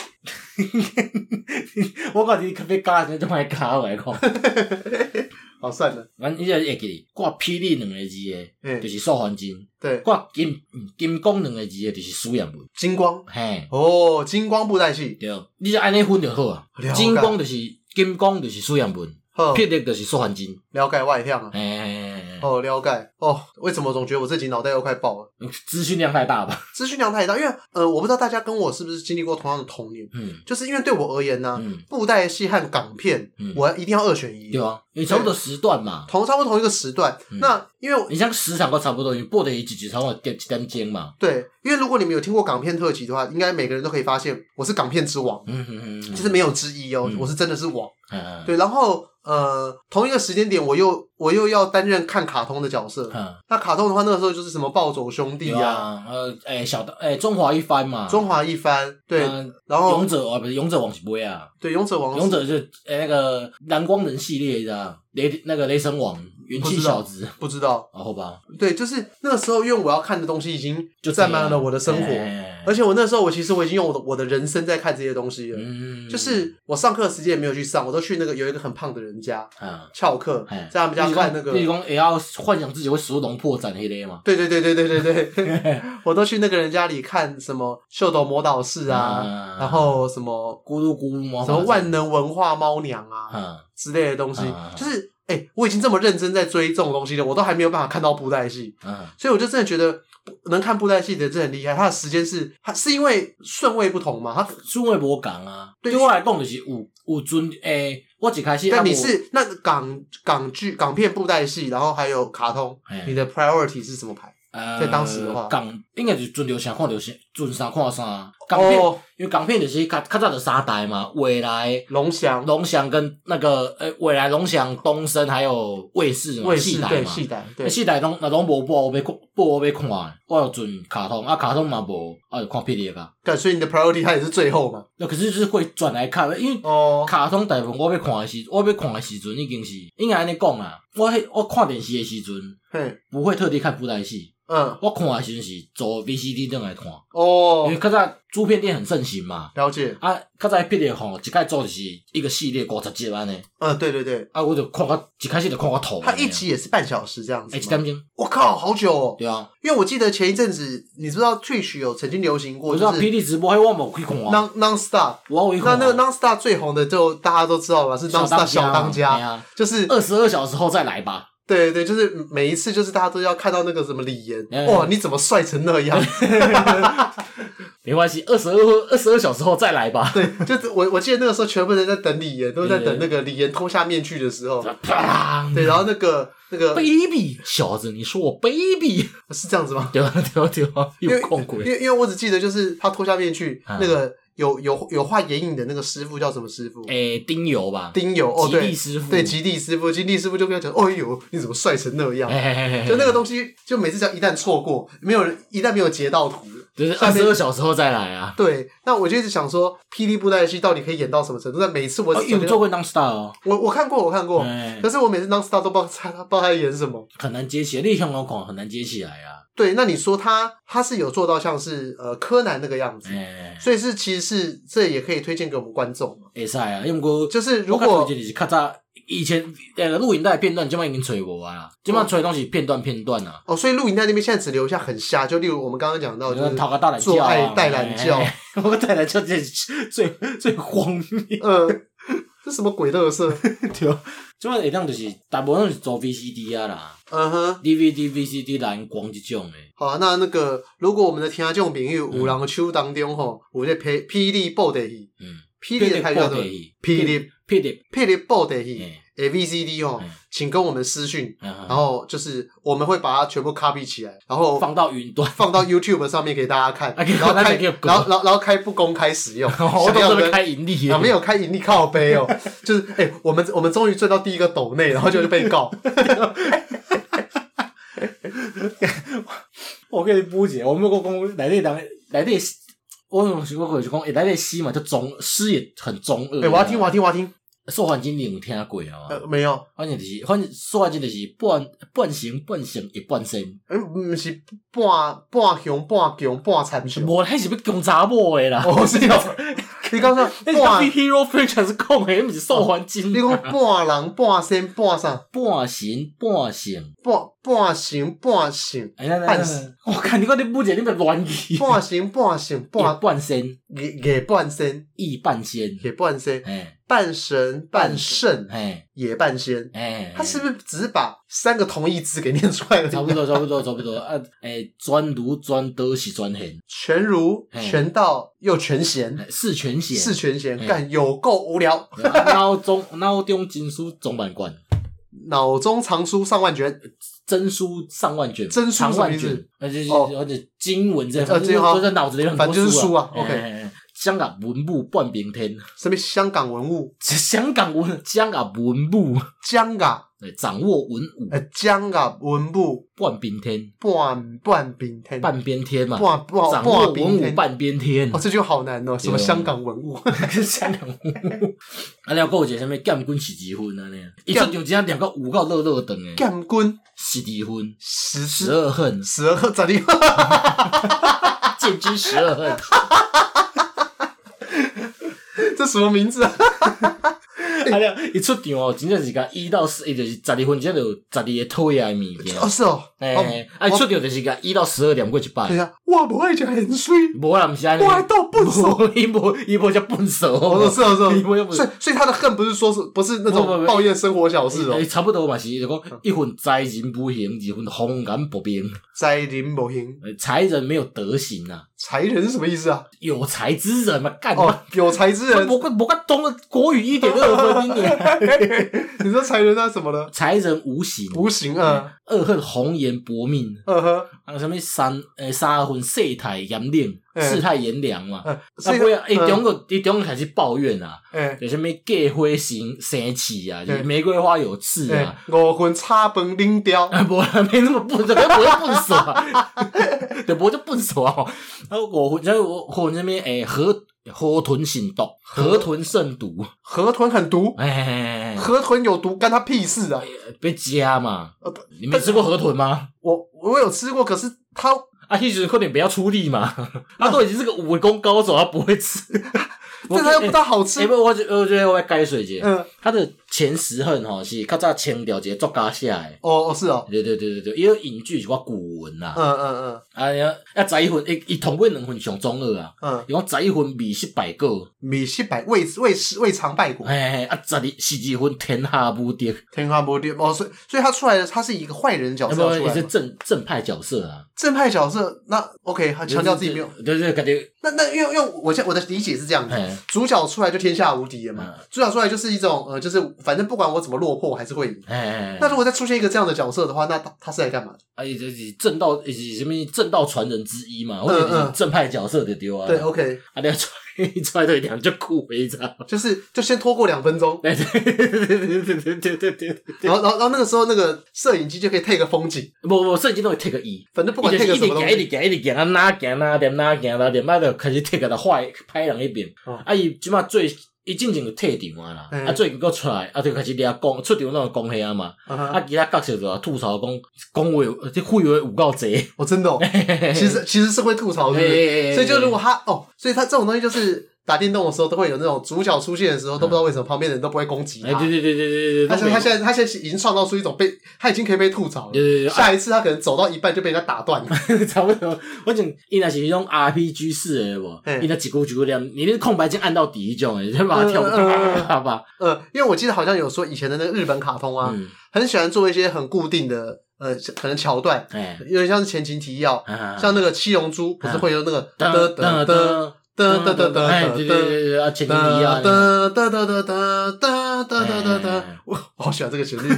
B: 我感觉你可别加，你就莫加我来讲。
A: 好，算了。
B: 咱伊个会记哩，挂霹雳两个字诶，
A: 诶、
B: 就是素还真；
A: 对，
B: 挂金嗯金光两个字诶，就是苏扬文。
A: 金光。
B: 嘿，
A: 哦，金光布袋戏。
B: 对，你就安尼分就好啊
A: 了。解
B: 金光就是金光，就是苏扬文；
A: 呵，
B: 霹雳就是素还真。
A: 了解外向啊。
B: 哎，
A: 哦，了解。哦，为什么总觉得我自己脑袋又快爆了？
B: 资讯量太大吧？
A: 资讯量太大，因为呃，我不知道大家跟我是不是经历过同样的童年，
B: 嗯
A: 就是因为对我而言呢、
B: 嗯，
A: 布袋戏和港片，
B: 嗯
A: 我一定要二选一。
B: 对啊，因为差不多时段嘛。
A: 同差不多同一个时段。
B: 嗯
A: 那因为我
B: 你像时长都差不多，你播的一集集差不多点一点钟嘛。
A: 对，因为如果你们有听过港片特辑的话，应该每个人都可以发现我是港片之王，
B: 嗯嗯嗯，
A: 就是没有之一哦，
B: 嗯
A: 我是真的是王。
B: 嗯，
A: 对，然后呃，同一个时间点，我又我又要担任看卡通的角色。
B: 嗯，
A: 那卡通的话，那个时候就是什么暴走兄弟
B: 对
A: 啊，
B: 啊，呃，诶，小的诶，中华一番嘛，
A: 中华一番，对，哦
B: 嗯
A: 然后
B: 勇者啊，不是勇者王是不会啊。
A: 对勇者王
B: 勇哎
A: 子，
B: 者是呃那个蓝光人系列的啊、雷那个雷神王，元
A: 不
B: 气
A: 知
B: 小
A: 道
B: 子，
A: 不知道，
B: 哦好吧，
A: 对，就是那个时候，因为我要看的东西已经
B: 就哎
A: 占满了我的生活，而
B: 活，
A: 且我那时候我其实我已经用我的我的人生在看这些东西了，
B: 嗯
A: 就是我上课的时间也没有去上，我都去那个有一个很胖的人家
B: 啊，
A: 翘课
B: 哎，
A: 在他们家看那个
B: 你，讲也哎要幻想自己会死龙破斩迄个嘛，
A: 对对对对对对 对，我都去那个人家里看什么秀斗魔导士啊
B: 啊，
A: 然后什么
B: 咕噜咕噜魔
A: 什
B: 法
A: 么万
B: 阵，
A: 能文化猫娘啊，
B: 嗯，
A: 之类的东西
B: 啊，
A: 就是哎、欸我已经这么认真在追这种东西了，我都还没有办法看到布袋戏，
B: 嗯
A: 所以我就真的觉得能看布袋戏的人真的很厉害。他的时间是，他是因为顺位不同嘛，他
B: 顺位无共啊，
A: 对
B: 对我来讲就是有有尊诶，我一开始啊
A: 但你
B: 无
A: 是那港港剧港片布袋戏，然后还有卡通，
B: 嘿
A: 你的 priority 是什么排？
B: 呃，
A: 在当时的话
B: 港应该就是准着啥看着啥，准啥看啥。港片、
A: 哦
B: 因为港片就是较较早就三代嘛，未来
A: 龙翔、
B: 龙翔跟那个呃、未来龙翔、东升还有卫视嘛，
A: 卫
B: 戏
A: 视
B: 台
A: 对
B: 嘛。哎
A: 戏台对
B: 诶，。戏台拢那拢无播，我要看，播我要看的。我有准卡通，啊卡通嘛无，啊就看霹雳啊。
A: 干所以你的 priority 它也是最后嘛。
B: 那可是就是会转来看，因为
A: 哦，
B: 卡通大部分我要看的时，我要看的时阵已经是应该安尼讲啦。我迄我看电视的时阵
A: 嘿，
B: 不会特地看布袋戏，
A: 嗯，
B: 我看的时阵是做 VCD 转来看。因
A: 哦
B: 为，较早租片店很盛行嘛，
A: 了解。
B: 啊，较早霹雳吼，一概做就是一个系列五十集安尼，
A: 嗯，对对对，
B: 啊，我就看到一开始就看到头，
A: 它一集也是半小时这样子
B: 哎
A: 嘛。
B: 一点钟，
A: 我靠，好久哦。
B: 对啊，
A: 因为我记得前一阵子，你知不知道 Twitch 有曾经流行过，
B: 我知
A: 就
B: 道
A: 是
B: 霹雳直播，迄我冇去看啊，
A: Non Non Stop。
B: 我有
A: 那
B: 去看啊，
A: 那个 Non Stop 最红的就大家都知道吧，是 Non Stop 小当
B: 嘿
A: 家，
B: 啊，
A: 就是
B: 二十二小时后再来吧，
A: 对对，就是每一次就是大家都要看到那个什么李岩，
B: 嗯
A: 哇，你怎么帅成那样？
B: 没关系，二十二二十二小时后再来吧，
A: 对，就是我我记得那个时候全部人在等李岩，都在等那个李岩脱下面具的时候，
B: 嗯啪
A: 对，然后那个那个
B: ，baby，小子，你说我 baby，
A: 是这样子吗？
B: 对啊对啊对啊，
A: 因为
B: 有空
A: 因
B: 鬼，
A: 为因为我只记得就是他脱下面具，
B: 嗯
A: 那个有有有画眼影的那个师傅叫什么师傅？
B: 诶，哎丁油吧，
A: 丁友哦，
B: 吉
A: 对，
B: 利师傅
A: 对吉利师傅，吉利师傅就跟他讲：“哦呦，你怎么帅成那样
B: 哎嘿，？”嘿嘿嘿
A: 就那个东西，就每次只要一旦错过，没有人一旦没有截到图，
B: 就是
A: 下
B: 二
A: 面
B: 十二小时后再来啊，
A: 对。那我就一直想说，霹雳布袋戏到底可以演到什么程度？但每次我
B: 哦，有做过 non star 哦。
A: 我我看过，我看过，
B: 哎
A: 可是我每次 non star 都不知道他不知道他在演什么。
B: 很难接起来，你香港讲很难接起来啊。
A: 对，那你说他他是有做到像是呃柯南那个样子，
B: 诶、
A: 所以是其实是这也可以推荐给我们观众嘛。
B: 会使啊，因为我
A: 就是如
B: 我较
A: 果
B: 推荐就是较早以前呃录影带的片段，即摆已经揣无啊啦，即摆揣拢是片段片段啊。
A: 哦，所以录影带那边现在只留下很瞎，就例如我们刚刚讲到，就是
B: 头壳大懒觉
A: 做爱
B: 啊，
A: 带懒觉
B: 嘿，嘿嘿我带懒觉这是最最荒谬。
A: 嗯， 这什么鬼乐色？
B: 即摆会当就是大部分拢是做 VCD 啊啦
A: 嗯哼，
B: ，DVD、VCD 蓝光即种诶。
A: 好啊，那那个如果我们的听众朋友有人手当中吼，有这霹霹雳布袋戏，
B: 嗯，
A: 霹雳的台语叫做霹雳
B: 霹雳，
A: 霹雳布袋戏
B: 诶，
A: A V C D 吼
B: 嗯，
A: 请跟我们私讯，
B: 然
A: 然后就是我们会把它全部 copy 起来，然后
B: 放到云端，
A: 放到 YouTube 上面给大家 看，
B: 啊给
A: 然后
B: 大家
A: 开，
B: 给我
A: 然后然后然后开不公开使用，
B: 我
A: 想
B: 都
A: 要
B: 在
A: 跟
B: 开盈利
A: 啊，
B: 啊
A: 没有开盈利靠背哦， 就是哎、我们我们终于赚到第一个斗内，然后就被 告。
B: 我跟你补一下，我们国讲内地人内地，我有时我就是讲，诶，内地诗嘛，就中诗也很中二。
A: 哎、我要听，我要听，我要听。
B: 受环境你有听过啊
A: 呃，
B: 嘛？
A: 没有，
B: 反正就是，反正受环境就是半半形半形一半身，
A: 哎、不是半半熊半熊半残熊。
B: 无迄是要强查某诶啦。
A: 哦，是哦。 你刚说
B: 那是
A: 半，哦
B: Hero Franchise 讲诶，毋是受环境。
A: 你讲半人半仙半啥？
B: 半形半形，
A: 半半形半 形，
B: 哎呀，
A: 半
B: 半
A: 形
B: 我看你讲你补一下，你咪乱去。
A: 半形半 形 半
B: 一半身，
A: 也也半仙
B: 一半仙，
A: 也半仙，
B: 哎
A: 半神半圣
B: 哎
A: 也半仙。
B: 哎，
A: 他是不是只是把三个同义字给念出来了？
B: 差不多，差不多，差不多。啊，诶，专儒、专德是专贤，
A: 全儒、
B: 嘿
A: 全道又全贤，
B: 哎是全贤，
A: 是全贤，
B: 嘿
A: 干有够无聊，
B: 对啊脑中脑中经书总版冠，
A: 脑中藏书上万卷。
B: 真书上万卷，
A: 真书
B: 上万
A: 什么意
B: 卷
A: 思，
B: 而且
A: 哦
B: 而且经文这，
A: 呃
B: 反
A: 这
B: 正
A: 个哈
B: 就在脑子里有很多
A: 反正就是书啊
B: 哎
A: OK
B: 哎哎香港文武半边天，
A: 什么香港文物，
B: 香港文香港文武，
A: 江啊，
B: 对，掌握文武
A: 呃，江啊，文物
B: 半边天，
A: 半半边天，
B: 半边天嘛，
A: 半半
B: 掌握
A: 半
B: 文
A: 边
B: 武
A: 天。
B: 半边天
A: 哦，，这就好难哦，什么
B: 对啊
A: 香港文物？
B: 香港文武， 啊，了还有一个什么剑棍十二分安尼，伊出场只啊两个有够热热长诶，
A: 干棍
B: 十二分，
A: 十
B: 十
A: 十
B: 二恨，
A: 十二个咋的？
B: 剑之十二恨，
A: 这什么名字啊？哎
B: 啊了伊出场哦，真正是甲一到四，伊就是十二分，即就有十二个讨厌诶物件。
A: 哦，是哦，
B: 诶
A: 哦，啊
B: 啊，伊
A: 我
B: 出场就是甲一到十二点过一摆
A: 等一。下，我不爱讲很水，
B: 无啦，毋是安尼。
A: 我还到笨手。
B: 无，伊无伊无叫笨手哦。
A: 哦，是哦，是
B: 你不要
A: 哦，
B: 不
A: 所以所以他的恨不是说是不是那
B: 不不
A: 种
B: 不
A: 抱怨生活小事哦嗯
B: 欸，差不多嘛是，就讲一份灾人不行，二份风感不变。
A: 灾临不行，
B: 呃才人没有德行啊，
A: 才人是什么意思啊？
B: 有才之人嘛，干
A: 哦
B: 嘛？，
A: 有才之人，
B: 我我我懂了国语一点二 分一年。
A: 你说才人那什么呢？
B: 才人无形，
A: 无形啊，
B: 二恨红颜薄命，
A: 嗯哼，
B: 啊什么三诶三分世态炎凉，
A: 欸
B: 世态炎凉嘛。啊
A: 嗯，所以
B: 不要，伊
A: 嗯
B: 中国哎伊中国开始抱怨啊，
A: 哎
B: 有啥物嫁花生生气啊，就是
A: 欸
B: 玫瑰花有刺啊
A: 哎，，五魂插崩拎 雕，
B: 啊，无啦，没那么笨，这个不会笨死啊， 对，不会就笨死啊。然后我我我我那边诶，河河豚行动，河豚慎毒，
A: 河豚很毒，
B: 哎，
A: 河豚有毒干他屁事啊！
B: 别加嘛
A: 呃不。
B: 你没吃过河豚吗？
A: 我我有吃过，可是他
B: 啊，其实快点不要出力嘛，
A: 嗯
B: 他都已经是个武功高手，他不会吃。
A: 但他又不知道好吃
B: 哎，，不，我觉我觉得我要改水姐，
A: 嗯，
B: 他的前十恨吼是较早清朝一个作家写诶。
A: 哦哦是哦，
B: 对对对对对，伊有引据一寡古文啦、
A: 嗯嗯
B: 啊，然后啊，十一分，伊伊同尾两分上中二啊，
A: 嗯嗯，
B: 伊讲十一分未失败果，
A: 米西百未未未尝败果，
B: 嘿嘿，啊，十二十二分天下无敌，啊
A: 天花不跌哦，所以所以他出来的他是以一个坏人角
B: 哎不
A: 色出
B: 也
A: 来
B: 是
A: 的，
B: 正正派角色啊，
A: 正派角色那 OK，他强调自己没有，
B: 对，对对，感觉，
A: 那那因为因为我现我的理解是这样子，
B: 嘿，
A: 主角出来就天下无敌了
B: 嗯
A: 嘛，主角出来就是一种呃，就是反正不管我怎么落魄，我还是会赢。
B: 哎，
A: 那如果再出现一个这样的角色的话，那他他是来干嘛的？
B: 啊，伊就是正道，伊是什么正道传人之一嘛，或
A: 嗯
B: 者
A: 嗯
B: 是正派角色就对啊，
A: 对，OK，
B: 啊，你出来 出来对两就酷一张，
A: 就是就先拖过两分钟，
B: 对对对对对对对对对，
A: 然后然后然后那个时候那个摄影机就可以 take 个风景，
B: 无无，摄影机都会 take 伊。
A: 反正不
B: 伊
A: 管
B: 就
A: take
B: 是
A: 个
B: 一
A: 什
B: 直
A: 么东
B: 行，一
A: 西，
B: 直行，一直行，啊哪行哪点哪行哪点，啊就开始退个到坏歹人迄边。啊，伊即马最伊进前有退场啊啦，
A: 哦嗯
B: 啊最近佫出来，啊就开始掠讲出场那讲遐嘛，
A: 啊
B: 啊
A: 哈
B: 其他角色就吐槽讲讲话有这废话有 够哎侪。
A: 我真的哦，其实其实是会吐槽，对不对？
B: 嘿
A: 所以就如果他哦，所以他这种东西就是打电动的时候都会有那种主角出现的时候，都不知道为什么旁边的人都不会攻击
B: 哎
A: 他。
B: 对对对对对对，
A: 但是
B: 拢
A: 他
B: 没
A: 现在他现在已经创造出一种被他已经可以被吐槽
B: 对
A: 了。
B: 对对啊
A: 下一次他可能走到一半就被人家打断了。
B: 差不多，我讲伊若是迄种 RPG 式的有无，
A: 嗯
B: 伊若一句一句念，你那空白键按到底迄种诶，先把它跳
A: 嗯嗯嗯
B: 好吧，
A: 呃，因为我记得好像有说以前的那个日本卡通啊，
B: 嗯，
A: 很喜欢做一些很固定的呃，可能桥段，
B: 哎，
A: 有点像是前情提要，
B: 啊
A: 像那个七龙珠不是会有那个
B: 噔
A: 噔噔噔
B: 噔噔。
A: 噔噔噔噔
B: 哎，对对对
A: 噔。
B: 对，啊，前
A: 噔
B: 天一样
A: 噔
B: 的。哎
A: 噔噔噔噔噔噔噔，我好喜欢这个旋律。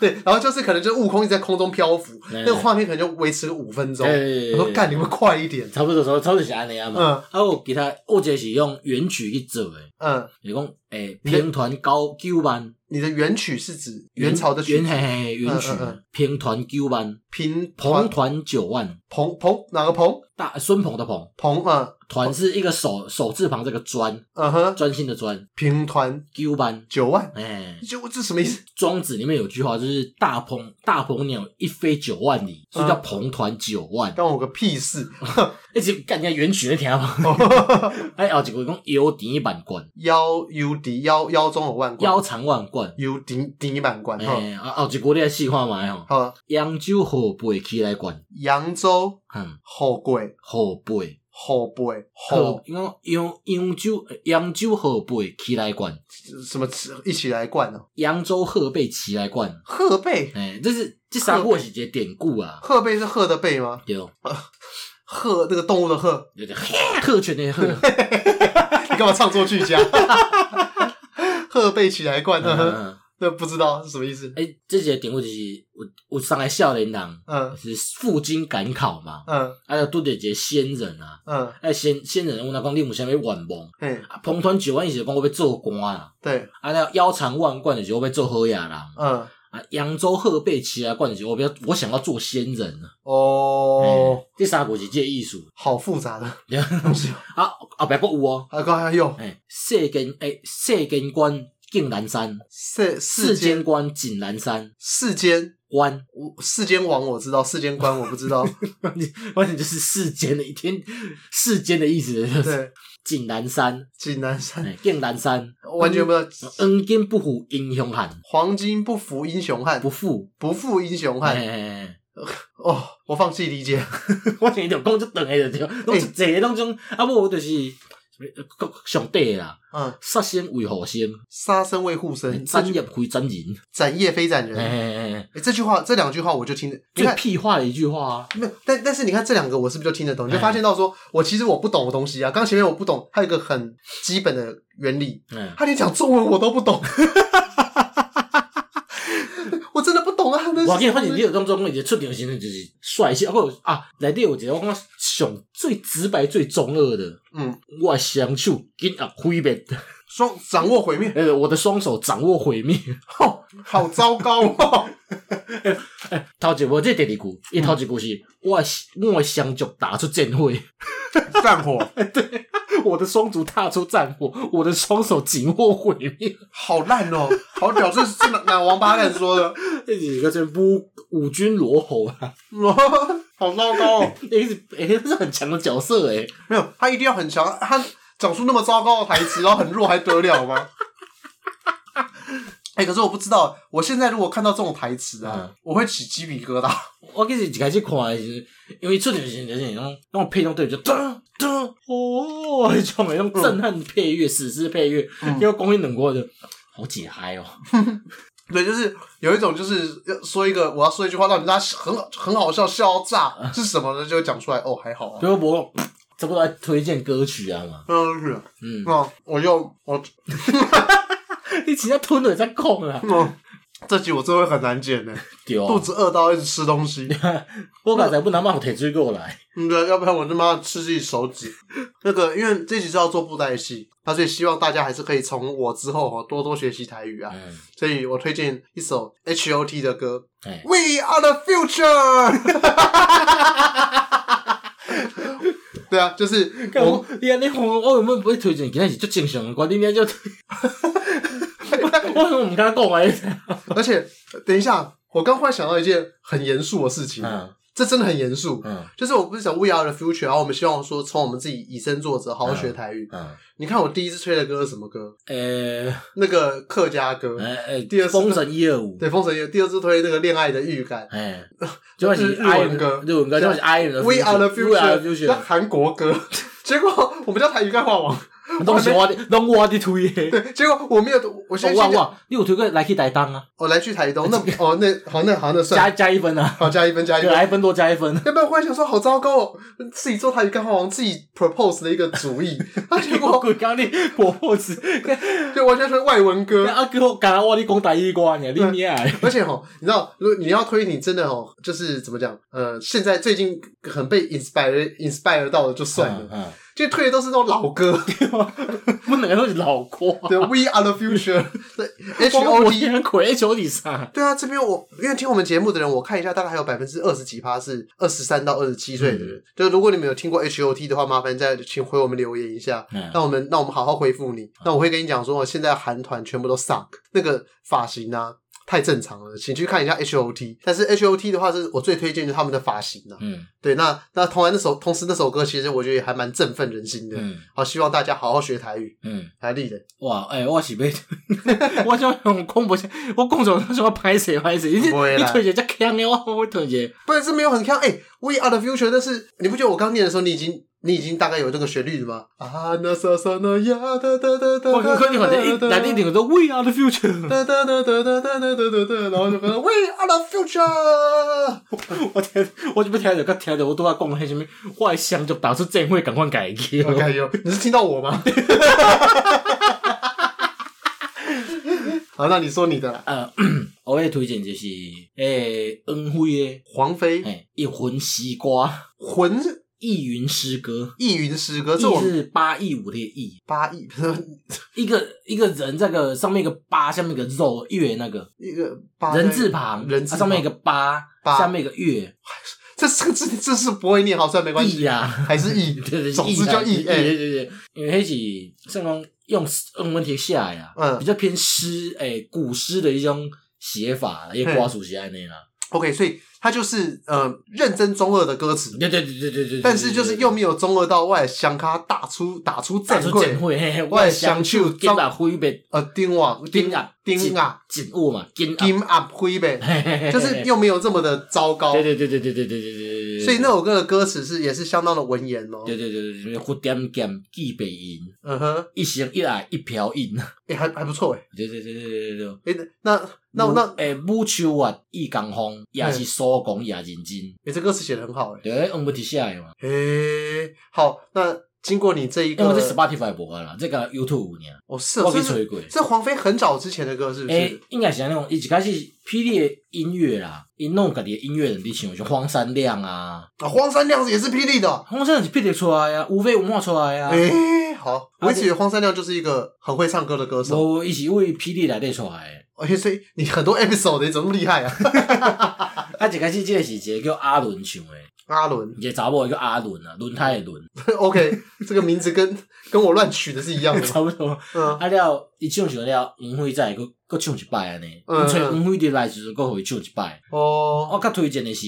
A: 对，然后就是可能就悟空一直在空中漂浮，
B: 哎
A: 那个画面可能就维持个五分钟。我说干，你们快一点。
B: 差不多，差不多是安尼啊嘛。
A: 嗯
B: 啊，有其他，我者是用原曲去做诶，
A: 嗯，
B: 就是讲诶，平团高九万，
A: 你的原曲是指元朝的曲
B: 原，嘿嘿原曲
A: 嗯嗯嗯，
B: 平团九万，
A: 平
B: 彭
A: 彭
B: 团九万，
A: 彭彭哪个彭
B: 大孙鹏的鹏，
A: 彭啊？
B: 团是一个手手字旁这个专，
A: 嗯哼，
B: 专心的专，
A: 平团
B: 九万。
A: 九万，
B: 哎，
A: 就这什么意思？
B: 庄子里面有句话，就是大鹏大鹏鸟一飞九万里，
A: 啊
B: 所以叫鹏团九万。
A: 关我个屁事！
B: 一直干人家原曲在听吗？哎，后一个讲腰缠万贯，
A: 腰腰敌腰腰中有万贯，
B: 腰缠万贯。
A: 腰敌敌满贯哈。
B: 哎，啊，后一个你来试看卖吼，
A: 好，
B: 扬州河背起来灌，
A: 扬州
B: 嗯，
A: 后贵
B: 河背，
A: 后背
B: 河
A: 后，
B: 因为扬扬州呃扬州河背起来灌，
A: 什么一起来灌哦？
B: 扬州鹤背起来灌，
A: 鹤背，
B: 哎，这是这三个是一个典故啊，
A: 鹤背是鹤的背吗？
B: 对，
A: 鹤那个动物的鹤，
B: 有点 特权的鹤，
A: 你干嘛唱作俱佳？鹤背起来灌，
B: 嗯
A: 呵呵
B: 嗯
A: 那不知道是什么意思。
B: 诶，这个典故就是有有上来少年人
A: 嗯
B: 是赴京赶考嘛，
A: 嗯
B: 啊，就拄着一个仙人啊，
A: 嗯，
B: 啊仙仙人问他讲你有啥物愿望？
A: 嘿，
B: 啊，彭团九万伊是讲我要做官啊，
A: 对，
B: 啊，那腰缠万贯的是我要做好野人，啊，
A: 嗯，
B: 扬州鹤背奇啊，贯的是我要我想要做仙人啊。
A: 哦
B: 诶，，第三个是这个意思，
A: 好复杂的东西哦。
B: 啊，后壁国有哦，
A: 啊，刚还有
B: 诶、世间诶、世间观敬南山，
A: 世世
B: 世间
A: 间
B: 观景南山
A: 世间
B: 观，
A: 我世间王我知道，世间官我不知道。
B: 完全就是世间的一天，世间的意思就是
A: 对，
B: 景南山，
A: 济南山
B: 诶、敬南山，
A: 完全不知道。
B: 恩金不虎英雄汉，
A: 黄金不服英雄汉，
B: 不
A: 不
B: 负，
A: 不负英雄
B: 诶、
A: 汉。哦，我放弃理解。
B: 我前就讲即长诶，就对，拢是坐诶，拢种啊，无就是上帝啦，
A: 嗯，
B: 杀生为何生，
A: 杀生为护身，这
B: 斩
A: 句
B: 业为斩人，
A: 斩业非斩人。
B: 诶、
A: 哎、
B: 欸欸，
A: 这句话这两句话我就听得，你
B: 最
A: 看，
B: 屁话的一句话啊，
A: 没有但但是你看这两个我是不是就听得懂？你就
B: 哎
A: 发现到说我其实我不懂的东西啊，刚前面我不懂，还有一个很基本的原理，
B: 嗯、
A: 他连讲中文我都不懂。 我真的不懂啊！那是
B: 我见反正你有当中，伊就出场的时阵就是帅气，啊，有啊，内底有一个我感觉上最直白、最中二的，
A: 嗯，
B: 我的双手紧握毁灭，
A: 双掌握毁灭，
B: 呃，我的双手掌握毁灭。
A: 吼，好糟糕哦！
B: 头一无这第二句，伊头一句是我的我的双脚打出战火，
C: 战火，
B: 我的双足踏出战火，我的双手紧握毁灭。
A: 好烂哦，好屌，这是哪哪王八蛋说的？
B: 这是一个真武五军罗喉啊，
A: 好糟糕哦！
B: 那是诶，那是很强的角色哎诶、
A: 没有，他一定要很强，他讲出那么糟糕的台词，然后很弱还得了吗？ 哎、可是我不知道，我现在如果看到这种台词啊，
B: 嗯
A: 我会起鸡皮疙瘩。
B: 我其实一开始看的时候，因为出场的时候就是那种那种配上对就噔噔哦，迄种的那种震撼的配乐、史诗配乐，
A: 嗯
B: 结果公演两过就好解嗨哦。
A: 对，就是有一种就是要说一个，我要说一句话，让人家很很好笑，笑到炸，是什么呢？就会讲出来。哦，还好啊
B: 结。果我这不都在推荐歌曲啊嘛？
A: 嗯，是啊，
B: 嗯，
A: 那、我又我
B: 你只要吞了再讲啊，
A: 嗯，这集我真的会很难剪呢，
B: 对啊
A: 肚子饿到一直吃东西。
B: 我刚才不拿把铁追过来，
A: 嗯，对，要不然我他妈吃自己手指。 那个，因为这集是要做布袋戏，那所以希望大家还是可以从我之后哦多多学习台语啊。
B: 嗯，
A: 所以我推荐一首 H O T 的歌
B: 哎，
A: ，We Are the Future 。对啊，就是
B: 干
A: 我
B: 我你看你我我原本不会推荐，今天是最正常的观点，你就我我唔敢讲诶，
A: 们， 而且等一下，我刚忽然想到一件很严肃的事情，
B: 嗯
A: 这真的很严肃。
B: 嗯
A: 就是我不是讲 We Are the Future，然后我们希望说从我们自己以身作则，好好学台语。
B: 嗯，
A: 你看我第一次吹的歌是什么歌？
B: 诶
A: 那个客家歌。
B: 诶诶，
A: 第二次
B: 封神一二五。
A: 对，封神也第二次推那个恋爱的预感
B: 哎，就算是
A: 日文
B: Iron
A: 歌
B: 日文歌，就算是 Iron 的
A: ，We are the
B: future，We are the
A: future，那
B: future，
A: 韩国歌。结果我们叫台语干话王，
B: 拢是我的，拢我的推的。
A: 对，结果我没有，我先
B: 哇
A: 先讲，
B: 哇，你有推过来去台东啊？
A: 我来去台 东，那哦那好那好那
B: 加
A: 算
B: 加一分啊，
A: 好加一分加一
B: 对，
A: 分。
B: 来一分多加一分。
A: 要不然忽然想说，好糟糕哦，自己做台语干话王，自己 propose 的一个主意， 啊，结
B: 我
A: 果
B: 鬼讲你婆婆子，
A: 就完全是外文歌。
B: 啊哥，讲我你讲台语歌呢，你咩？
A: 而且吼，你知道，如果你要推，你真的吼，就是怎么讲？呃，现在最近很被 inspire inspire 到的就算了，
B: 嗯，
A: 就推的都是那种老歌。
B: 我两个都是老歌。
A: 对，We are the future 对。H
B: 我
A: O
B: 我
A: T。
B: 人鬼求你啥？
A: 对啊，这边我因为听我们节目的人，我看一下，大概还有百分之二十几趴是二十三到二十七岁的人。就如果你们有听过 H O T 的话，麻烦再请回我们留言一下，
B: 嗯
A: 那我们那我们好好回复你。那我会跟你讲说，现在韩团全部都 suck，那个发型啊太正常了，请去看一下 H O T。但是 H O T 的话，是我最推荐就是他们的发型啊。
B: 嗯
A: 对，那那同然那首，同时那首歌其实我觉得也还蛮振奋人心的。
B: 嗯
A: 好，希望大家好好学台语，
B: 嗯，
A: 台立的。
B: 哇，诶，我是要， 我想用讲不下，我讲错，我想要拍谁拍谁，你你
A: 不会啦
B: 推荐只强的，我我推荐。
A: 不然是没有很看，哎、w e are the future，但是你不觉得我刚念的时候，你已经你已经大概有这个旋律了吗？啊，那啥啥那呀哒哒哒哒，
B: 我我肯定反正一来一定说 We are the future。
A: 哒哒哒哒哒哒哒哒哒，然后就变成 We are the future，
B: 我听，我就要听着，甲听着我拄仔讲迄什物，我的双就打出正会，赶快改去。
A: 我感觉你是听到我吗？好，那你说你的啦，
B: 呃，我要推荐就是诶，恩辉诶，
A: 黄飞《
B: 诶，一魂西瓜，
A: 魂
B: 意云诗歌，
A: 意云诗歌》，这
B: 意
A: 我
B: 是八义五的义，
A: 八亿
B: 一个一个人这个上面一个八，下面一个肉月那个
A: 一个八
B: 人字旁，
A: 人字
B: 啊上面一个
A: 旁
B: 八，
A: 八
B: 下面一个月，
A: 这是这这是不会念，好，算没关
B: 义
A: 系，
B: 啦，
A: 还是义
B: 对对，对
A: 总之叫义
B: 义啦对
A: 哎，
B: 对对，对因为迄是算讲用用问题写的啊，
A: 嗯
B: 比较偏诗诶、古诗的一种写法啦，也歌词是安尼啦，
A: OK，所以它就是呃认真中二的歌词，
B: 对对对对对对，
A: 但是就是又
B: 用
A: 没有中二到外相卡打出打出
B: 再
A: 正
B: 出
A: 规
B: 展会，嘿嘿
A: 我的双手
B: 金啊灰白
A: 呃丁网丁
B: 金啊
A: 丁啊
B: 金物嘛金啊，
A: 金啊灰呗，
B: 嘿嘿嘿嘿
A: 就是又没有这么的糟糕
B: 对，对对对对对对对对对，
A: 所以那首歌的歌词是也是相当的文言哦。
B: 对对对对对，蝴蝶剑记北音，
A: 嗯哼，
B: 一生一来一瓢饮，
A: 也还还不错哎
B: 对对对对对对对。
A: 诶，那那那
B: 诶，武秋月一江风，也是所讲也认真，
A: 诶，这歌词写的很好哎
B: 对，用不提下来嘛。
A: 诶，好，那经过你这一
B: 因
A: 个
B: 为这 Spotify 无啊啦，这个 YouTube 有尔，
A: 哦是哦
B: 我去
A: 呃这是
B: 吹过。
A: 这黄飞很早之前的歌是不
B: 诶、
A: 是？
B: 应该是安尼讲，伊一开始霹雳的音乐啦，伊弄家己的音乐人伫唱，像荒山亮啊，
A: 啊，荒山亮子也是霹雳的哦。
B: 荒山亮是霹雳出来啊，无非文化出来啊，
A: 诶、好，
B: 啊
A: 我一直以为荒山亮就是一个很会唱歌的歌手，
B: 无伊是为霹雳内底出来
A: 而且所以你很多 episode 你怎么那么厉害 啊？
B: 的。啊，一开始这个是一个叫阿伦唱的，
A: 阿伦
B: 一个查某叫阿伦啊，轮胎的轮，
A: ，OK，这个名字跟跟我乱取的是一样 的。
B: 差不多。
A: 嗯，
B: 啊了，伊唱唱了，黄辉再佫佫唱一摆安尼，
A: 嗯
B: 因找黄辉入来的时阵佫互伊唱一摆。
A: 哦，
B: 我较推荐的是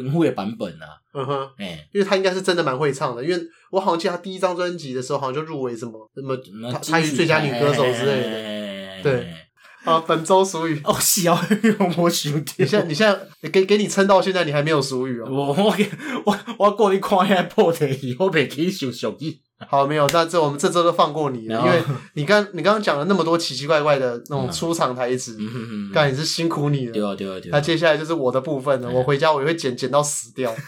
B: 黄辉的版本啊，
A: 嗯哼，
B: 诶、
A: 因为他应该是真的蛮会唱的，因为我好像记得他第一张专辑的时候，好像就入围什么什么他参与最佳女歌手之类的。
B: 的
A: 对，啊，本周俗语，
B: 哦，是哦， 我无想到
A: 你现在你现在给给你撑到现在，你还没有俗语哦。
B: 我我我我过去看遐破题，我袂去想俗语。
A: 好，没有，那这我们这周就放过你了，
B: 然
A: 因
B: 后
A: 为你刚你刚刚讲了那么多奇奇怪怪的那种
B: 嗯
A: 出场台词，
B: 嗯哼哼，
A: 干、也是辛苦你了。
B: 对啊对啊对
A: 那
B: 啊，
A: 接下来就是我的部分了，
B: 嗯
A: 我回家我也会剪剪到死掉，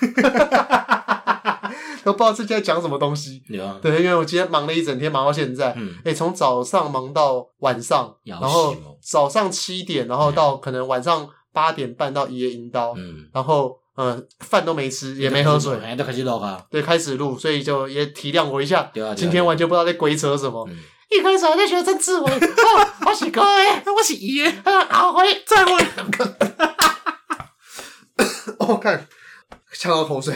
A: 都不知道自己在讲什么东西。
B: 对啊，
A: 对，因为我今天忙了一整天，忙到现在，
B: 嗯，
A: 哎、从早上忙到晚上，
B: 要
A: 然后
B: 死哦
A: 早上七点，然后到可能晚上八点半到一夜引刀，
B: 嗯，
A: 然后嗯，饭都没吃，也没喝水，
B: 哎，都开始录啊，
A: 对，开始录，所以就也体谅我一下。
B: 对啊，对啊
A: 今天完全不知道在鬼扯什么，
B: 嗯
A: 一开始还在学曾志伟，哦，我是哥诶，我是伊诶，啊，后悔 哦再会。我看呛到口水，